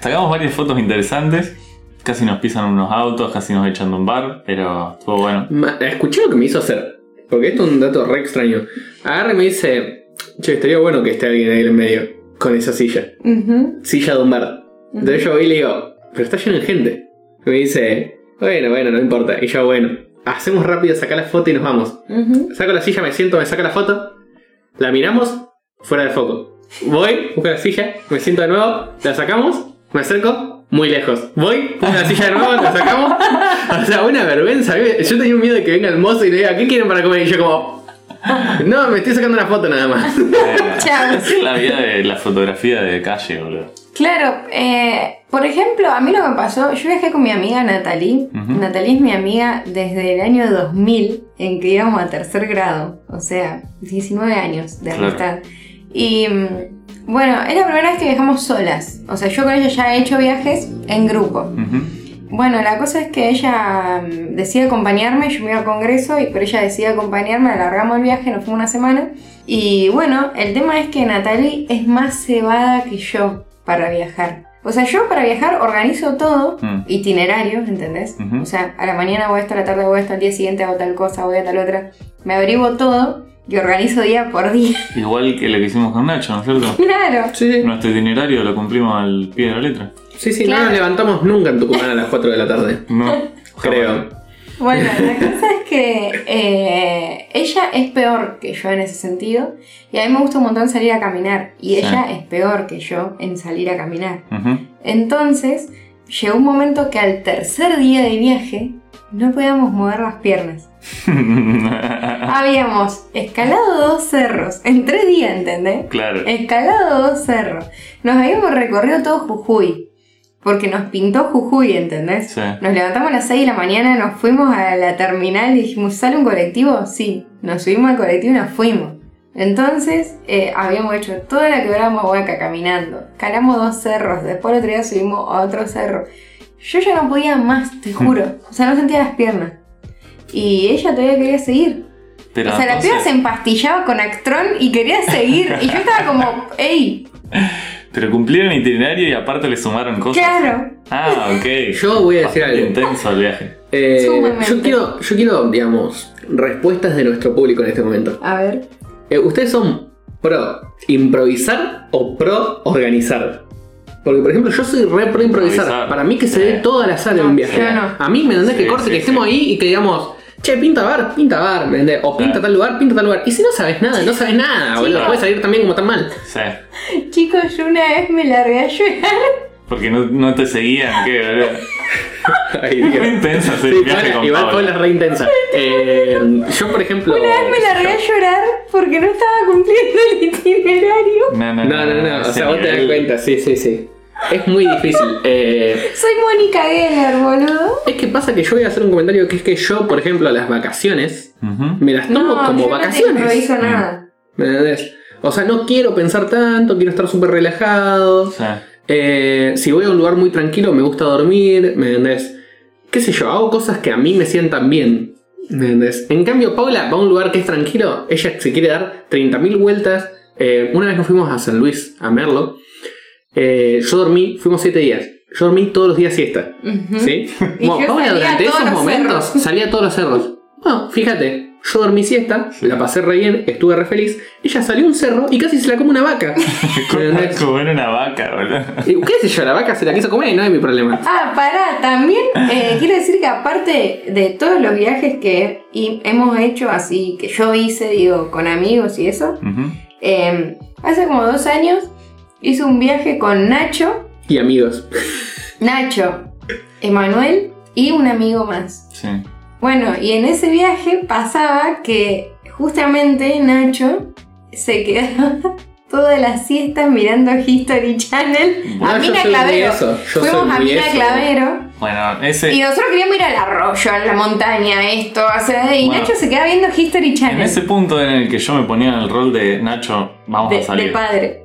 Speaker 3: Sacamos varias fotos interesantes. Casi nos pisan unos autos, casi nos echan de un bar, pero estuvo bueno.
Speaker 1: Ma- Escuché lo que me hizo hacer, porque esto es un dato re extraño. Agarra y me dice, che, estaría bueno que esté alguien ahí en el medio, con esa silla.
Speaker 2: Ujú,
Speaker 1: silla de un bar.
Speaker 2: ujú.
Speaker 1: Entonces yo voy y le digo, pero está lleno de gente. Y me dice, bueno, bueno, no importa. Y yo, bueno, hacemos rápido, saca la foto y nos vamos.
Speaker 2: Ujú.
Speaker 1: Saco la silla, me siento, me saca la foto. La miramos fuera de foco. Voy, busco la silla, me siento de nuevo, la sacamos, me acerco, muy lejos. Voy, pongo la silla de nuevo, la sacamos. O sea, una vergüenza. a mí- Yo tenía un miedo de que venga el mozo y le diga, ¿qué quieren para comer? Y yo como, no, me estoy sacando una foto nada más.
Speaker 2: Chao.
Speaker 3: Así es Eh, la vida de la fotografía de calle, boludo.
Speaker 2: Claro, eh, por ejemplo, a mí lo que me pasó, yo viajé con mi amiga Natalie.
Speaker 3: Ujú.
Speaker 2: Natalie es mi amiga desde el año 2000, en que íbamos a tercer grado, o sea, 19 años de
Speaker 3: Claro.
Speaker 2: amistad. Y mm, bueno, es la primera vez que viajamos solas. O sea, yo con ella ya he hecho viajes en grupo.
Speaker 3: Ujú.
Speaker 2: Bueno, la cosa es que ella mm, decide acompañarme, yo me iba a congreso, y pero ella decide acompañarme, alargamos el viaje, nos fue una semana. Y bueno, el tema es que Natalie es más cebada que yo para viajar. O sea, yo para viajar organizo todo,
Speaker 3: Mm.
Speaker 2: itinerario, ¿entendés?
Speaker 3: Ujú.
Speaker 2: O sea, a la mañana voy a esto, a la tarde voy a esto, al día siguiente hago tal cosa, voy a tal otra. Me averiguo todo y organizo día por día.
Speaker 3: Igual que lo que hicimos con Nacho, ¿no es cierto?
Speaker 2: claro.
Speaker 1: Sí, sí.
Speaker 3: Nuestro itinerario lo cumplimos al pie de la letra.
Speaker 1: Sí, sí, no
Speaker 2: Claro.
Speaker 1: nos levantamos nunca en Tucumán a las 4 de la tarde.
Speaker 3: No,
Speaker 1: Creo.
Speaker 2: Bueno, la cosa es que eh, ella es peor que yo en ese sentido. Y a mí me gusta un montón salir a caminar. Y
Speaker 3: Sí.
Speaker 2: ella es peor que yo en salir a caminar.
Speaker 3: Ujú.
Speaker 2: Entonces, llegó un momento que al tercer día de viaje no podíamos mover las piernas. Habíamos escalado dos cerros en tres días, ¿entendés?
Speaker 3: claro.
Speaker 2: Escalado dos cerros. Nos habíamos recorrido todo Jujuy. Porque nos pintó Jujuy, ¿entendés?
Speaker 3: Sí.
Speaker 2: Nos levantamos a las 6 de la mañana, nos fuimos a la terminal y dijimos, ¿sale un colectivo? Sí, nos subimos al colectivo y nos fuimos. Entonces, eh, habíamos hecho toda la quebrada Mahuaca caminando. Calamos dos cerros, después el otro día subimos a otro cerro. Yo ya no podía más, te juro. O sea, no sentía las piernas. Y ella todavía quería seguir.
Speaker 3: Pero
Speaker 2: o sea, la piba
Speaker 3: entonces-
Speaker 2: se empastillaba con Actron y quería seguir. Y yo estaba como, ¡ey!
Speaker 3: Pero cumplieron el itinerario y aparte le sumaron cosas.
Speaker 2: ¡Claro!
Speaker 3: Ah, ok.
Speaker 1: Yo voy a decir
Speaker 3: Bastante
Speaker 1: algo.
Speaker 3: intenso el viaje.
Speaker 1: Eh,
Speaker 2: Sumamente.
Speaker 1: yo quiero, yo quiero, digamos, respuestas de nuestro público en este momento.
Speaker 2: A ver.
Speaker 1: Eh, ¿Ustedes son pro improvisar o pro organizar? Porque, por ejemplo, yo soy re pro improvisar.
Speaker 3: Improvisar.
Speaker 1: Para mí que se
Speaker 3: Sí.
Speaker 1: dé toda la sala de
Speaker 2: No,
Speaker 1: un viaje.
Speaker 2: yo no.
Speaker 1: A mí me entendés
Speaker 3: Sí,
Speaker 1: que corte
Speaker 3: sí,
Speaker 1: que
Speaker 3: sí.
Speaker 1: estemos ahí y que digamos, che, pinta bar, pinta bar, ¿me entendés? O pinta
Speaker 3: Claro.
Speaker 1: tal lugar, pinta tal lugar. Y si no sabes nada, no sabes nada, boludo.
Speaker 2: no.
Speaker 1: Puede salir también como tan mal.
Speaker 3: Sí.
Speaker 2: Chicos, yo una vez me largué a llorar.
Speaker 3: Porque no, no te seguían, ¿qué? boludo?
Speaker 1: Ay,
Speaker 3: Es muy
Speaker 1: Dios.
Speaker 3: intenso hacer
Speaker 1: Sí,
Speaker 3: el viaje
Speaker 1: Paula-
Speaker 3: con
Speaker 1: igual
Speaker 3: Paula.
Speaker 1: Paula es re intensa. Eh, yo, por ejemplo.
Speaker 2: Una vez me largué a llorar porque no estaba cumpliendo el itinerario.
Speaker 3: No, no,
Speaker 1: No, no, no, o
Speaker 3: ese
Speaker 1: sea, vos te das
Speaker 3: nivel-
Speaker 1: cuenta, sí, sí, sí. Es muy difícil. Eh,
Speaker 2: Soy Mónica Geller, boludo.
Speaker 1: es que pasa que yo voy a hacer un comentario que es que yo, por ejemplo, las vacaciones
Speaker 3: Ujú.
Speaker 1: me las tomo como
Speaker 2: yo
Speaker 1: vacaciones.
Speaker 2: No te improviso nada.
Speaker 1: ¿Me entendés? O sea, no quiero pensar tanto, quiero estar súper relajado.
Speaker 3: Sí.
Speaker 1: Eh, si voy a un lugar muy tranquilo, me gusta dormir, ¿me entendés? ¿Qué sé yo? Hago cosas que a mí me sientan bien. ¿Me entendés? En cambio, Paula va a un lugar que es tranquilo, ella se quiere dar 30.000 vueltas. Eh, una vez nos fuimos a San Luis, a Merlo. Eh, yo dormí, fuimos 7 días. Yo dormí todos los días siesta.
Speaker 2: Mm. Ujú.
Speaker 1: ¿Sí?
Speaker 2: Y
Speaker 1: Bueno,
Speaker 2: yo
Speaker 1: Paula
Speaker 2: salía
Speaker 1: durante
Speaker 2: a
Speaker 1: esos
Speaker 2: todos los
Speaker 1: momentos
Speaker 2: cerros.
Speaker 1: salía a todos los cerros. Bueno, fíjate, yo dormí siesta,
Speaker 3: Sí.
Speaker 1: la pasé re bien, estuve re feliz. Ella salió a un cerro y casi se la come una vaca. ¿Me entendés?
Speaker 3: Comer una vaca, boludo.
Speaker 1: Y, ¿Qué sé yo? La vaca se la quiso comer y no es mi problema.
Speaker 2: Ah, pará, también eh, quiero decir que aparte de todos los viajes que y- hemos hecho así, que yo hice, digo, con amigos y eso,
Speaker 3: Ujú.
Speaker 2: eh, hace como dos años hice un viaje con Nacho,
Speaker 1: Y amigos.
Speaker 2: Nacho, Emanuel y un amigo más.
Speaker 3: Sí.
Speaker 2: Bueno, y en ese viaje pasaba que justamente Nacho se quedaba todas las siestas mirando History Channel a
Speaker 1: No, yo
Speaker 2: Mina
Speaker 1: soy muy
Speaker 2: Clavero.
Speaker 1: eso, yo soy
Speaker 2: Fuimos a
Speaker 1: muy
Speaker 2: Mina
Speaker 1: eso.
Speaker 2: Clavero
Speaker 3: Bueno,
Speaker 2: y
Speaker 3: ese.
Speaker 2: nosotros queríamos ir al arroyo, a la montaña, esto, o sea, y
Speaker 3: Bueno.
Speaker 2: Nacho se queda viendo History
Speaker 3: En
Speaker 2: Channel
Speaker 3: ese punto en el que yo me ponía en el rol de Nacho, vamos a
Speaker 2: de, de
Speaker 3: salir.
Speaker 2: padre.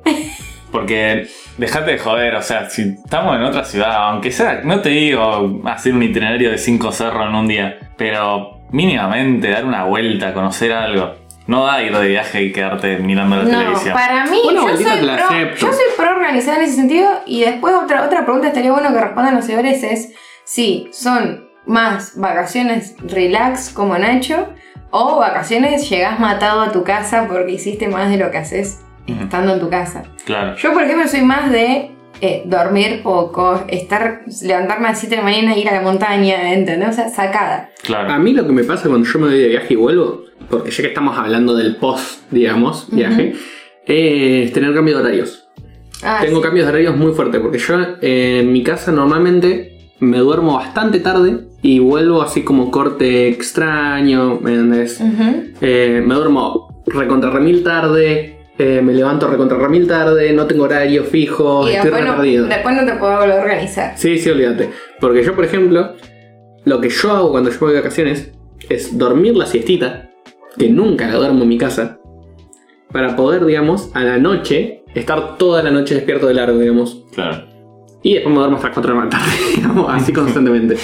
Speaker 3: Porque dejate de joder, o sea, si estamos en otra ciudad, aunque sea, no te digo hacer un itinerario de cinco cerros en un día, pero mínimamente dar una vuelta, conocer algo. No da ir de viaje y quedarte mirando la
Speaker 2: No,
Speaker 3: televisión.
Speaker 2: para mí,
Speaker 1: Una
Speaker 2: yo
Speaker 1: vueltita
Speaker 2: soy,
Speaker 1: te la
Speaker 2: pro,
Speaker 1: acepto.
Speaker 2: yo soy pro organizada en ese sentido. Y después, otra, otra pregunta estaría bueno que respondan los señores es: si son más vacaciones relax como Nacho, o vacaciones llegás matado a tu casa porque hiciste más de lo que haces
Speaker 3: Ujú.
Speaker 2: estando en tu casa.
Speaker 3: Claro.
Speaker 2: Yo, por ejemplo, soy más de eh, dormir poco, estar, levantarme a las 7 de la mañana, ir a la montaña, ¿entendés? O sea, sacada.
Speaker 3: Claro.
Speaker 1: Ah. A mí lo que me pasa cuando yo me voy de viaje y vuelvo, porque ya que estamos hablando del post, digamos, viaje, eh, es tener cambio de horarios.
Speaker 2: Ah,
Speaker 1: Tengo
Speaker 2: sí.
Speaker 1: cambios de horarios muy fuertes, porque yo eh, en mi casa normalmente me duermo bastante tarde y vuelvo así como corte extraño, ¿me entendés?
Speaker 2: Ujú.
Speaker 1: Eh, me duermo recontra remil tarde, eh, me levanto recontra remil tarde, no tengo horario fijo, Oh,
Speaker 2: Y
Speaker 1: estoy
Speaker 2: después
Speaker 1: re
Speaker 2: no,
Speaker 1: perdido.
Speaker 2: después no te puedo volver a organizar.
Speaker 1: Sí, sí, olvídate. Porque yo, por ejemplo, lo que yo hago cuando yo voy de vacaciones es dormir la siestita, que nunca la duermo en mi casa, para poder, digamos, a la noche estar toda la noche despierto de largo, digamos.
Speaker 3: Claro.
Speaker 1: Y después me duermo hasta las 4 de la tarde, digamos, así constantemente.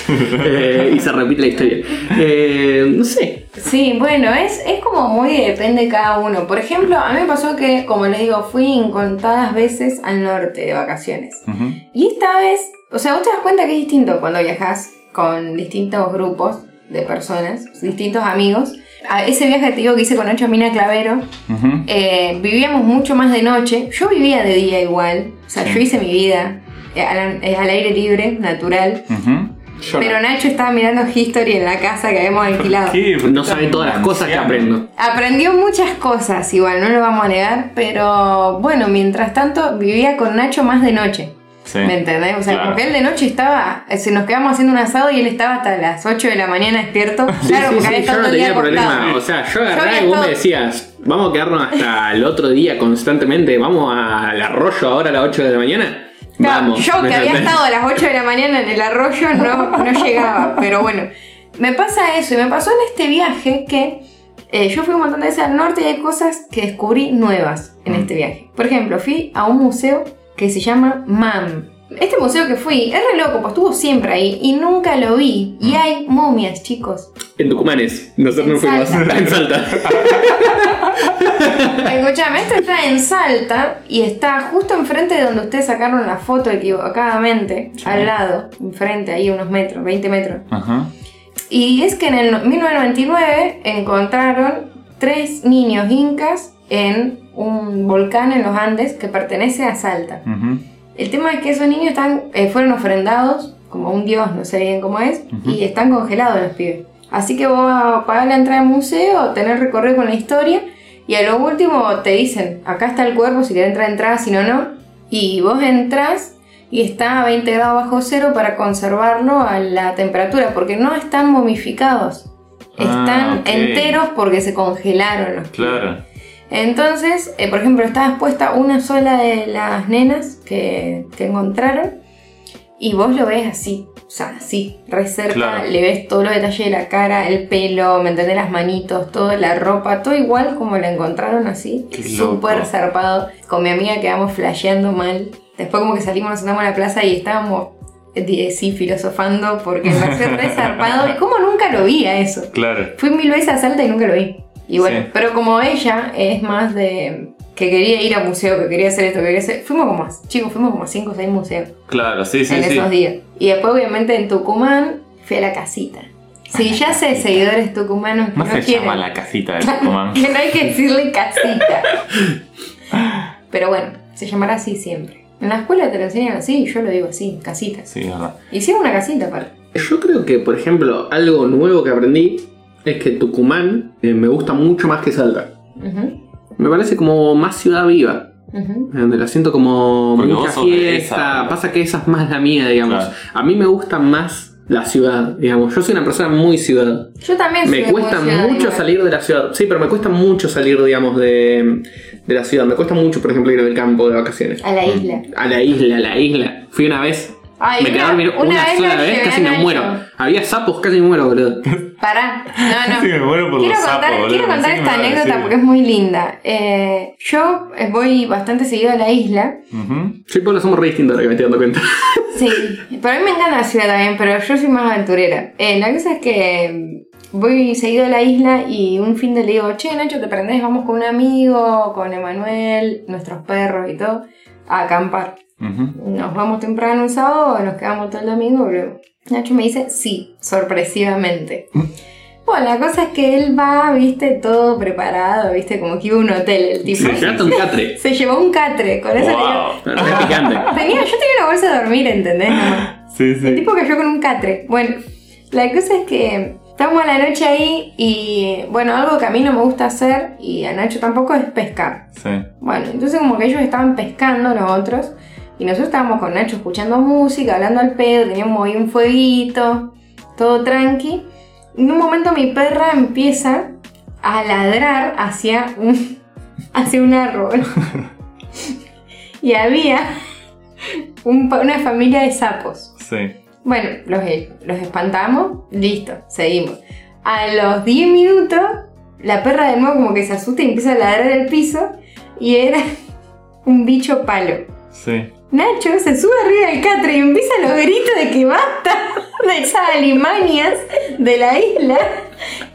Speaker 1: Eh, y se repite la historia. Eh, no sé.
Speaker 2: Sí, bueno, es, es como muy depende de cada uno. Por ejemplo, a mí me pasó que, como les digo, fui incontadas veces al norte de vacaciones.
Speaker 3: Ujú.
Speaker 2: Y esta vez, o sea, vos te das cuenta que es distinto cuando viajas con distintos grupos de personas, distintos amigos. A ese viaje te digo que hice con ocho mina clavero,
Speaker 3: Ujú.
Speaker 2: eh, vivíamos mucho más de noche. Yo vivía de día igual, o sea,
Speaker 3: Sí.
Speaker 2: yo hice mi vida eh, al, eh, al aire libre, natural.
Speaker 3: Ujú.
Speaker 1: Yo
Speaker 2: Pero Nacho estaba mirando History en la casa que habíamos alquilado.
Speaker 3: ¿Qué?
Speaker 1: no, no sabe todas las cosas que
Speaker 3: Anciano.
Speaker 1: aprendo.
Speaker 2: Aprendió muchas cosas, igual, no lo vamos a negar, pero bueno, mientras tanto vivía con Nacho más de noche.
Speaker 3: Sí.
Speaker 2: ¿Me entendés? O sea,
Speaker 3: Claro.
Speaker 2: porque él de noche estaba, eh, se nos quedamos haciendo un asado y él estaba hasta las 8 de la mañana despierto. Claro,
Speaker 1: Sí,
Speaker 2: porque
Speaker 1: sí, yo
Speaker 2: había estado
Speaker 1: no
Speaker 2: todo el día
Speaker 1: tenía problema.
Speaker 2: acostado.
Speaker 1: O sea, yo
Speaker 2: Yo
Speaker 1: agarraba
Speaker 2: había
Speaker 1: y vos
Speaker 2: estado-
Speaker 1: me decías, vamos a quedarnos hasta el otro día constantemente, vamos al arroyo ahora a las 8 de la mañana.
Speaker 2: Claro,
Speaker 1: Vamos.
Speaker 2: yo
Speaker 1: ¿me
Speaker 2: que había
Speaker 1: entendés?
Speaker 2: estado a las 8 de la mañana en el arroyo no, no llegaba, pero bueno, me pasa eso y me pasó en este viaje que eh, yo fui un montón de veces al norte y hay cosas que descubrí nuevas en
Speaker 1: Mm.
Speaker 2: este viaje. Por ejemplo, fui a un museo que se llama MAM. Este museo que fui es re loco, pues estuvo siempre ahí y nunca lo vi.
Speaker 1: Mm.
Speaker 2: Y hay momias, chicos.
Speaker 1: En Tucumanes, nosotros
Speaker 2: En
Speaker 1: no fuimos
Speaker 2: Salta.
Speaker 1: en Salta.
Speaker 2: Escuchame, esto está en Salta y está justo enfrente de donde ustedes sacaron la foto equivocadamente,
Speaker 3: Sí.
Speaker 2: al lado, enfrente, ahí unos metros, 20 metros.
Speaker 3: Ajá.
Speaker 2: Y es que en el no- 1999 encontraron tres niños incas en un volcán en los Andes que pertenece a Salta.
Speaker 3: Ujú.
Speaker 2: El tema es que esos niños están, eh, fueron ofrendados como un dios, no sé bien cómo es,
Speaker 3: Ujú.
Speaker 2: y están congelados los pibes. Así que vos pagás la entrada al museo, tenés recorrido con la historia, y a lo último te dicen, acá está el cuerpo, si querés entrar, entrás, si no, no. Y vos entrás y está a 20 grados bajo cero para conservarlo a la temperatura, porque no están momificados.
Speaker 3: Ah,
Speaker 2: Están
Speaker 3: ok.
Speaker 2: enteros porque se congelaron los pibes.
Speaker 3: Claro.
Speaker 2: Entonces, eh, por ejemplo, estaba expuesta una sola de las nenas que, que encontraron y vos lo ves así, o sea, así, re cerca,
Speaker 3: Claro.
Speaker 2: le ves todos los detalles de la cara, el pelo, ¿me entendés? Las manitos, toda la ropa, todo igual como la encontraron así,
Speaker 3: Qué loco.
Speaker 2: súper zarpado. Con mi amiga quedamos flasheando mal. Después como que salimos, nos sentamos a la plaza y estábamos, eh, sí, filosofando porque me pareció re zarpado. ¿Y cómo nunca lo vi a eso?
Speaker 3: Claro.
Speaker 2: Fui mil veces a Salta y nunca lo vi. Y bueno,
Speaker 3: Sí.
Speaker 2: pero como ella es más de que quería ir a museo, que quería hacer esto, que quería hacer. Fuimos como, a- chicos, fuimos como a 5 o 6 museos
Speaker 3: Claro, sí, sí,
Speaker 2: en
Speaker 3: sí.
Speaker 2: esos días. Y después, obviamente, en Tucumán fui a la casita. Si ya sé seguidores tucumanos que
Speaker 3: Ah, No
Speaker 2: no,
Speaker 3: se
Speaker 2: quieren.
Speaker 3: llama la casita de Tucumán.
Speaker 2: Que no hay que decirle casita. pero bueno, se llamará así siempre. En la escuela te lo enseñan así y yo lo digo así, casitas.
Speaker 3: Sí, es verdad.
Speaker 2: Hicieron una casita aparte.
Speaker 1: Yo creo que, por ejemplo, algo nuevo que aprendí es que Tucumán eh, me gusta mucho más que Salta.
Speaker 2: Ujú,
Speaker 1: Me parece como más ciudad viva.
Speaker 2: ujú.
Speaker 1: Donde la siento como
Speaker 3: Porque vos
Speaker 1: mucha
Speaker 3: sos de
Speaker 1: fiesta.
Speaker 3: esa.
Speaker 1: Pasa que esa es más la mía, digamos.
Speaker 3: Claro.
Speaker 1: A mí me gusta más la ciudad, digamos. Yo soy una persona muy ciudad.
Speaker 2: Yo también soy
Speaker 1: Me
Speaker 2: muy
Speaker 1: cuesta
Speaker 2: ciudadana.
Speaker 1: mucho salir de la ciudad. Sí, pero me cuesta mucho salir, digamos, de, de la ciudad. Me cuesta mucho, por ejemplo, ir al campo de vacaciones.
Speaker 2: a la isla.
Speaker 1: A la isla, a la isla. Fui una vez.
Speaker 2: Ay,
Speaker 1: me quedé a dormir una, sola vez, casi me muero. Había sapos, casi me muero, boludo.
Speaker 2: Pará, no, no.
Speaker 3: Sí, me muero por
Speaker 2: quiero
Speaker 3: los
Speaker 2: contar,
Speaker 3: sapos, boludo.
Speaker 2: quiero
Speaker 3: Pensé
Speaker 2: contar
Speaker 3: que me
Speaker 2: esta
Speaker 3: iba a
Speaker 2: anécdota
Speaker 3: decir.
Speaker 2: porque es muy linda. Eh, yo eh, voy bastante seguido a la isla.
Speaker 3: Ujú.
Speaker 1: Yo y Pablo somos re distintos ahora que me estoy dando cuenta.
Speaker 2: Sí, pero a mí me encanta la ciudad también, pero yo soy más aventurera. Eh, la cosa es que mm, voy seguido a la isla y un fin de le digo, che, Nacho, te prendés, vamos con un amigo, con Emanuel, nuestros perros y todo, a acampar.
Speaker 3: Ujú.
Speaker 2: Nos vamos temprano un sábado, nos quedamos todo el domingo, bro. Nacho me dice sí, sorpresivamente. Bueno, la cosa es que él va, viste, todo preparado, viste, como que iba a un hotel el tipo.
Speaker 1: Me llevaste un catre.
Speaker 2: Se llevó un catre, con eso le digo-
Speaker 3: Wow.
Speaker 1: Re picante.
Speaker 2: Tenía, yo tenía una bolsa de dormir, ¿entendés? Nomás.
Speaker 3: Sí,
Speaker 2: El
Speaker 3: sí.
Speaker 2: tipo cayó con un catre. Bueno, la cosa es que Estamos a la noche ahí y bueno, algo que a mí no me gusta hacer y a Nacho tampoco es pescar.
Speaker 3: Sí.
Speaker 2: Bueno, entonces como que ellos estaban pescando nosotros y nosotros estábamos con Nacho escuchando música, hablando al pedo, teníamos ahí un fueguito, todo tranqui. En un momento mi perra empieza a ladrar hacia un, hacia un árbol. y había un pa- una familia de sapos.
Speaker 3: Sí.
Speaker 2: Bueno, los, e, los espantamos, listo, seguimos. A los 10 minutos, la perra de nuevo como que se asusta y empieza a ladrar del piso y era un bicho palo.
Speaker 3: Sí.
Speaker 2: Nacho se sube arriba del catre y empieza los gritos de que basta de esas alimañas de la isla.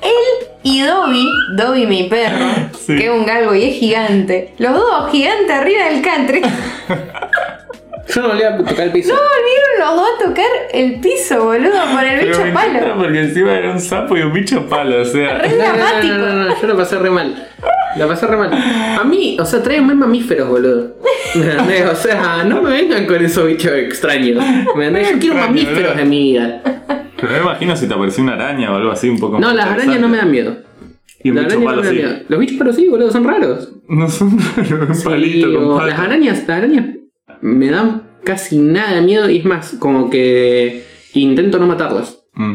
Speaker 2: Él y Dobby, Dobby mi perro,
Speaker 3: Sí.
Speaker 2: que es un galgo y es gigante, los dos gigantes arriba del catre,
Speaker 1: Yo no volví a tocar el piso.
Speaker 2: volvieron los dos a tocar el piso, boludo, por el
Speaker 3: Pero
Speaker 2: bicho
Speaker 3: me encanta
Speaker 2: palo.
Speaker 3: Porque encima era un sapo y un bicho palo, o sea.
Speaker 2: Re- dramático.
Speaker 1: no, no, no, no, yo la pasé re mal. La pasé re mal. A mí, o sea, traen mal mamíferos, boludo. ¿Me entendés? O sea, no me vengan con esos bichos extraños. ¿Me entendés? Yo quiero
Speaker 3: Extraño,
Speaker 1: mamíferos
Speaker 3: ¿verdad?
Speaker 1: en mi vida.
Speaker 3: Pero me imagino si te apareció una araña o algo así un poco.
Speaker 1: No,
Speaker 3: más
Speaker 1: las arañas no me dan miedo.
Speaker 3: Y un
Speaker 1: Las
Speaker 3: bicho
Speaker 1: arañas no
Speaker 3: palo
Speaker 1: me dan
Speaker 3: sí.
Speaker 1: miedo. Los bichos palos sí, boludo, son raros.
Speaker 3: No son un palito
Speaker 1: Sí, o
Speaker 3: con
Speaker 1: las
Speaker 3: patas.
Speaker 1: arañas, las arañas me dan casi nada de miedo y es más, como que intento no matarlas.
Speaker 3: Mm,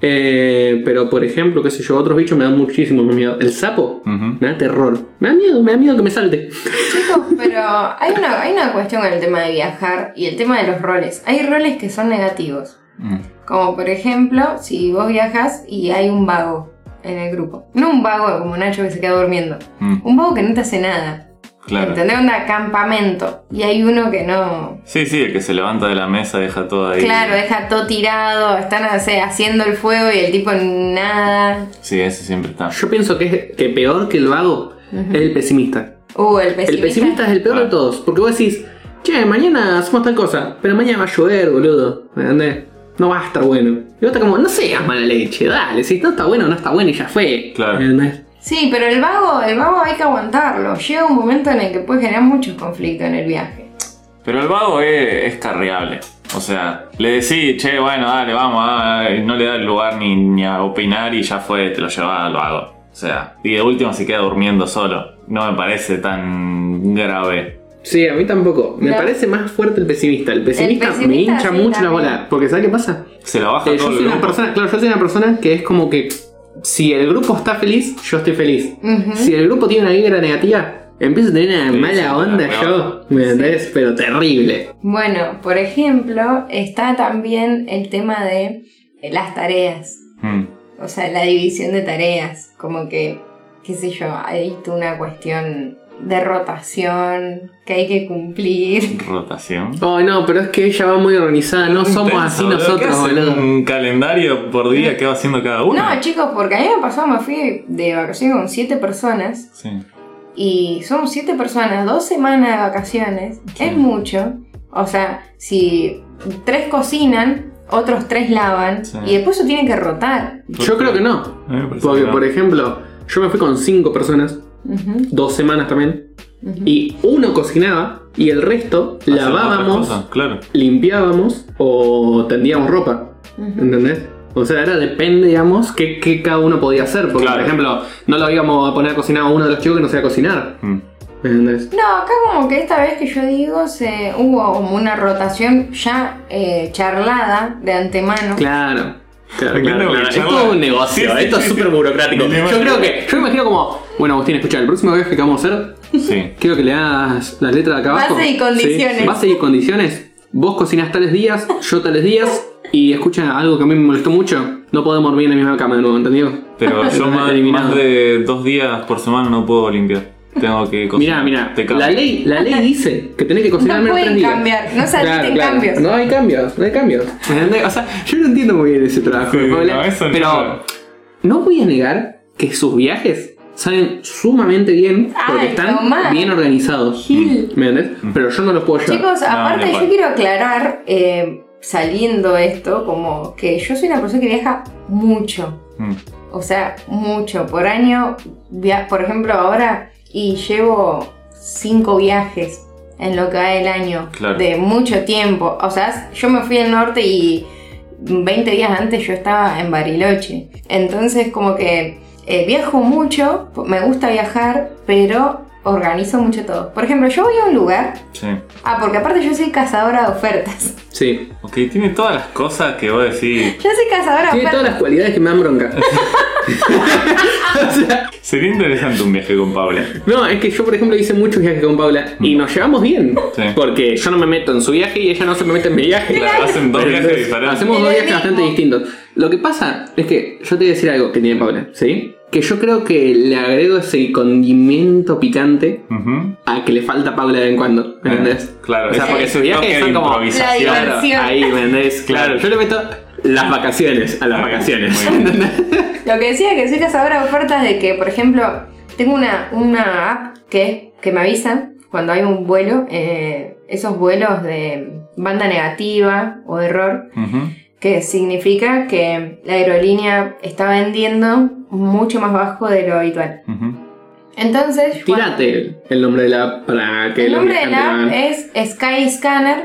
Speaker 1: Eh, pero por ejemplo, qué sé yo, otros bichos me dan muchísimo más miedo. El sapo
Speaker 3: ujú.
Speaker 1: me da terror. Me da miedo, me da miedo que me salte.
Speaker 2: Chicos, pero hay una, hay una cuestión con el tema de viajar y el tema de los roles. Hay roles que son negativos.
Speaker 3: Mm.
Speaker 2: Como por ejemplo, si vos viajas y hay un vago en el grupo. No un vago como Nacho que se queda durmiendo.
Speaker 3: Mm,
Speaker 2: Un vago que no te hace nada.
Speaker 3: Claro.
Speaker 2: ¿Entendés? Onda campamento. Y hay uno que no.
Speaker 3: Sí, sí, el que se levanta de la mesa deja todo ahí.
Speaker 2: Claro, deja todo tirado, están no sé, haciendo el fuego y el tipo nada.
Speaker 3: Sí, ese siempre está.
Speaker 1: Yo pienso que, es, que peor que el vago es el pesimista.
Speaker 2: Uh, el pesimista.
Speaker 1: El pesimista es el peor de
Speaker 3: Ah.
Speaker 1: todos, porque vos decís, che, mañana hacemos tal cosa, pero mañana va a llover, boludo. ¿Me entendés? No va a estar bueno. Y vos estás como, no seas mala leche, dale, si no está bueno, no está bueno y ya fue.
Speaker 3: Claro.
Speaker 1: ¿Me entendés?
Speaker 2: Sí, pero el vago, el vago hay que aguantarlo. Llega un momento en el que puede generar muchos conflictos en el viaje.
Speaker 3: Pero el vago es, es carreable. O sea, le decís, che, bueno, dale, vamos, ah, y no le da el lugar ni, ni a opinar y ya fue, te lo llevas al vago. O sea, y de último se queda durmiendo solo. No me parece tan grave.
Speaker 1: Sí, a mí tampoco. Me
Speaker 2: No.
Speaker 1: parece más fuerte el pesimista. El pesimista, me
Speaker 2: pesimista,
Speaker 1: hincha
Speaker 2: sí,
Speaker 1: mucho la
Speaker 2: también.
Speaker 1: bola. Porque ¿sabes qué pasa?
Speaker 3: Se Ah, lo baja
Speaker 1: Eh, yo
Speaker 3: todo el
Speaker 1: soy una
Speaker 3: grupo.
Speaker 1: persona, claro, yo soy una persona que es como que si el grupo está feliz, yo estoy feliz.
Speaker 2: Ujú.
Speaker 1: Si el grupo tiene una vibra negativa, empiezo a tener una
Speaker 3: Sí,
Speaker 1: mala
Speaker 3: sí,
Speaker 1: onda
Speaker 3: la
Speaker 1: yo. ¿Me entendés? Pero terrible.
Speaker 2: Bueno, por ejemplo, está también el tema de eh, las tareas.
Speaker 3: Mm,
Speaker 2: O sea, la división de tareas. Como que, qué sé yo, hay tú una cuestión de rotación que hay que cumplir.
Speaker 3: rotación.
Speaker 1: Ay, no, pero es que ella va muy organizada. No somos
Speaker 3: Intenso,
Speaker 1: así
Speaker 3: boludo. ¿Qué
Speaker 1: nosotros,
Speaker 3: hacen?
Speaker 1: boludo.
Speaker 3: Un calendario por día que va haciendo cada uno.
Speaker 2: No, chicos, porque a mí me pasó, me fui de vacaciones con siete personas.
Speaker 3: Sí.
Speaker 2: Y son siete personas, dos semanas de vacaciones.
Speaker 3: Sí.
Speaker 2: Es mucho. O sea, si tres cocinan, otros tres lavan.
Speaker 3: Sí.
Speaker 2: Y después se tienen que rotar.
Speaker 1: Yo creo que no.
Speaker 3: A mí me parece
Speaker 1: Porque,
Speaker 3: que no.
Speaker 1: por ejemplo, yo me fui con cinco personas,
Speaker 2: Ujú,
Speaker 1: dos semanas también,
Speaker 2: ujú.
Speaker 1: y uno cocinaba y el resto
Speaker 3: Hacer otras
Speaker 1: lavábamos.
Speaker 3: cosas, Claro.
Speaker 1: limpiábamos o tendíamos ropa,
Speaker 2: Ujú.
Speaker 1: ¿entendés? O sea, era depende, digamos, qué, qué cada uno podía hacer. Porque,
Speaker 3: Claro.
Speaker 1: por ejemplo, no lo íbamos a poner a cocinar a uno de los chicos que no sabía cocinar,
Speaker 3: Mm.
Speaker 1: ¿entendés?
Speaker 2: No, acá como que esta vez que yo digo, se, hubo como una rotación ya eh, charlada de antemano.
Speaker 1: Claro. Claro,
Speaker 3: Porque
Speaker 1: claro,
Speaker 3: no,
Speaker 1: claro.
Speaker 3: charla.
Speaker 1: Esto es un negocio,
Speaker 3: Sí, sí,
Speaker 1: esto es
Speaker 3: sí, sí.
Speaker 1: súper burocrático.
Speaker 3: Ni le
Speaker 1: Yo
Speaker 3: imagino.
Speaker 1: creo que, yo me imagino como, bueno Agustín, escucha, el próximo viaje que vamos a hacer,
Speaker 3: Sí.
Speaker 1: quiero que le hagas las letras de acá abajo.
Speaker 2: Bases y condiciones.
Speaker 1: Sí, Bases y condiciones. Vos cocinas tales días, yo tales días, y escucha algo que a mí me molestó mucho, no podemos dormir en la misma cama de nuevo, ¿entendido?
Speaker 3: Pero yo más,
Speaker 1: Eliminado.
Speaker 3: más de dos días por semana no puedo limpiar. Tengo que
Speaker 1: Mirá,
Speaker 3: cocinar.
Speaker 1: mirá,
Speaker 3: Te cago.
Speaker 1: la ley, la ley dice que tenés que cocinar
Speaker 2: No
Speaker 1: menos
Speaker 2: pueden
Speaker 1: tres días.
Speaker 2: cambiar, no
Speaker 1: Claro,
Speaker 2: saliste en
Speaker 1: claro.
Speaker 2: cambios.
Speaker 1: No hay cambios, no hay cambios. ¿Entendés? O sea, yo no entiendo muy bien ese trabajo.
Speaker 3: Sí,
Speaker 1: de Paula,
Speaker 3: no, eso no.
Speaker 1: pero no voy a negar que sus viajes salen sumamente bien porque
Speaker 2: Ay,
Speaker 1: están
Speaker 2: tomá.
Speaker 1: bien organizados.
Speaker 2: Gil.
Speaker 1: ¿Me entendés? Pero yo no los puedo llevar.
Speaker 2: Chicos, aparte
Speaker 3: ni
Speaker 2: yo
Speaker 3: cual.
Speaker 2: quiero aclarar, eh, saliendo esto, como que yo soy una persona que viaja mucho.
Speaker 3: Mm.
Speaker 2: O sea, mucho. Por año, via- por ejemplo, ahora y llevo cinco viajes en lo que va del año.
Speaker 3: Claro.
Speaker 2: De mucho tiempo. O sea, yo me fui al norte y 20 días antes yo estaba en Bariloche. Entonces como que eh, viajo mucho, me gusta viajar, pero organizo mucho todo. Por ejemplo, yo voy a un lugar,
Speaker 3: Sí.
Speaker 2: ah, porque aparte yo soy cazadora de ofertas.
Speaker 1: Sí.
Speaker 3: Ok, tiene todas las cosas que vos decís.
Speaker 2: Yo soy cazadora de
Speaker 1: Tiene
Speaker 2: ofertas.
Speaker 1: todas las cualidades que me dan bronca. O sea,
Speaker 3: Sería interesante un viaje con Paula.
Speaker 1: no, es que yo, por ejemplo, hice muchos viajes con Paula y nos llevamos bien.
Speaker 3: Mm. Sí.
Speaker 1: Porque yo no me meto en su viaje y ella no se me mete en mi viaje.
Speaker 3: Claro, hacen dos
Speaker 1: Pero
Speaker 3: viajes
Speaker 1: entonces,
Speaker 3: diferentes.
Speaker 1: Hacemos
Speaker 2: En
Speaker 1: dos
Speaker 2: el
Speaker 1: viajes
Speaker 2: mismo.
Speaker 1: bastante distintos. Lo que pasa es que yo te voy a decir algo que tiene Paula, ¿sí? Que yo creo que le agrego ese condimento picante
Speaker 3: Ujú.
Speaker 1: a que le falta a Paula de vez en cuando, ¿me entendés?
Speaker 3: Eh, Claro,
Speaker 1: O sea,
Speaker 3: ese
Speaker 1: porque sus viajes
Speaker 3: toque
Speaker 1: son
Speaker 3: de
Speaker 1: como...
Speaker 3: improvisación.
Speaker 2: La
Speaker 1: Claro,
Speaker 2: diversión.
Speaker 1: ahí, ¿me entendés? Claro, yo le meto las vacaciones a las vacaciones.
Speaker 3: Muy bien.
Speaker 2: Lo que decía que soy cazadora de ofertas de que, por ejemplo, tengo una, una app que, que me avisa cuando hay un vuelo, eh, esos vuelos de banda negativa o de error,
Speaker 3: Ujú.
Speaker 2: que significa que la aerolínea está vendiendo mucho más bajo de lo habitual.
Speaker 3: Ujú.
Speaker 2: Entonces, cuando-
Speaker 1: Tírate el nombre de la app para que
Speaker 2: el
Speaker 1: los
Speaker 2: nombre de
Speaker 1: viajantes
Speaker 2: la
Speaker 1: hagan.
Speaker 2: app es Sky Scanner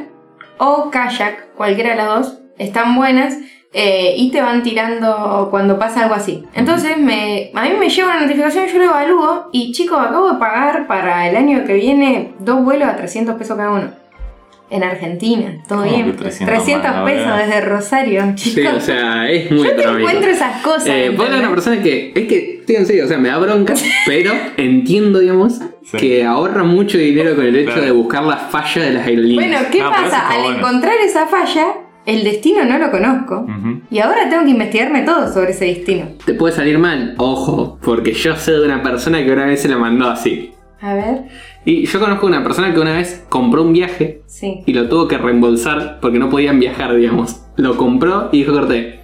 Speaker 2: o Kayak, cualquiera de las dos, están buenas eh, y te van tirando cuando pasa algo así. Entonces me, a mí me llega una notificación, yo lo evalúo y chicos, acabo de pagar para el año que viene dos vuelos a 300 pesos cada uno. En Argentina, todo
Speaker 3: ¿Cómo
Speaker 2: bien.
Speaker 3: que
Speaker 2: 300,
Speaker 3: 300 más,
Speaker 2: pesos
Speaker 3: boludo?
Speaker 2: desde Rosario,
Speaker 1: Sí, o
Speaker 2: chicos.
Speaker 1: sea, es muy
Speaker 2: yo te
Speaker 1: económico.
Speaker 2: encuentro esas cosas.
Speaker 1: Eh, Paula es
Speaker 2: ¿entendés?
Speaker 1: una persona que, es que, estoy en serio, o sea, me da bronca, pero entiendo, digamos,
Speaker 3: Sí.
Speaker 1: que ahorra mucho dinero con el hecho
Speaker 3: Claro.
Speaker 1: de buscar la falla de las aerolíneas.
Speaker 2: bueno, ¿qué
Speaker 3: Ah, pero eso
Speaker 2: pasa?
Speaker 3: está
Speaker 2: Al
Speaker 3: bueno.
Speaker 2: encontrar esa falla, el destino no lo conozco.
Speaker 3: Ujú.
Speaker 2: Y ahora tengo que investigarme todo sobre ese destino.
Speaker 1: Te puede salir mal, ojo, porque yo sé de una persona que una vez se la mandó así.
Speaker 2: A ver,
Speaker 1: Y yo conozco una persona que una vez compró un viaje
Speaker 2: sí.
Speaker 1: y lo tuvo que reembolsar porque no podían viajar, digamos. Lo compró y dijo corte,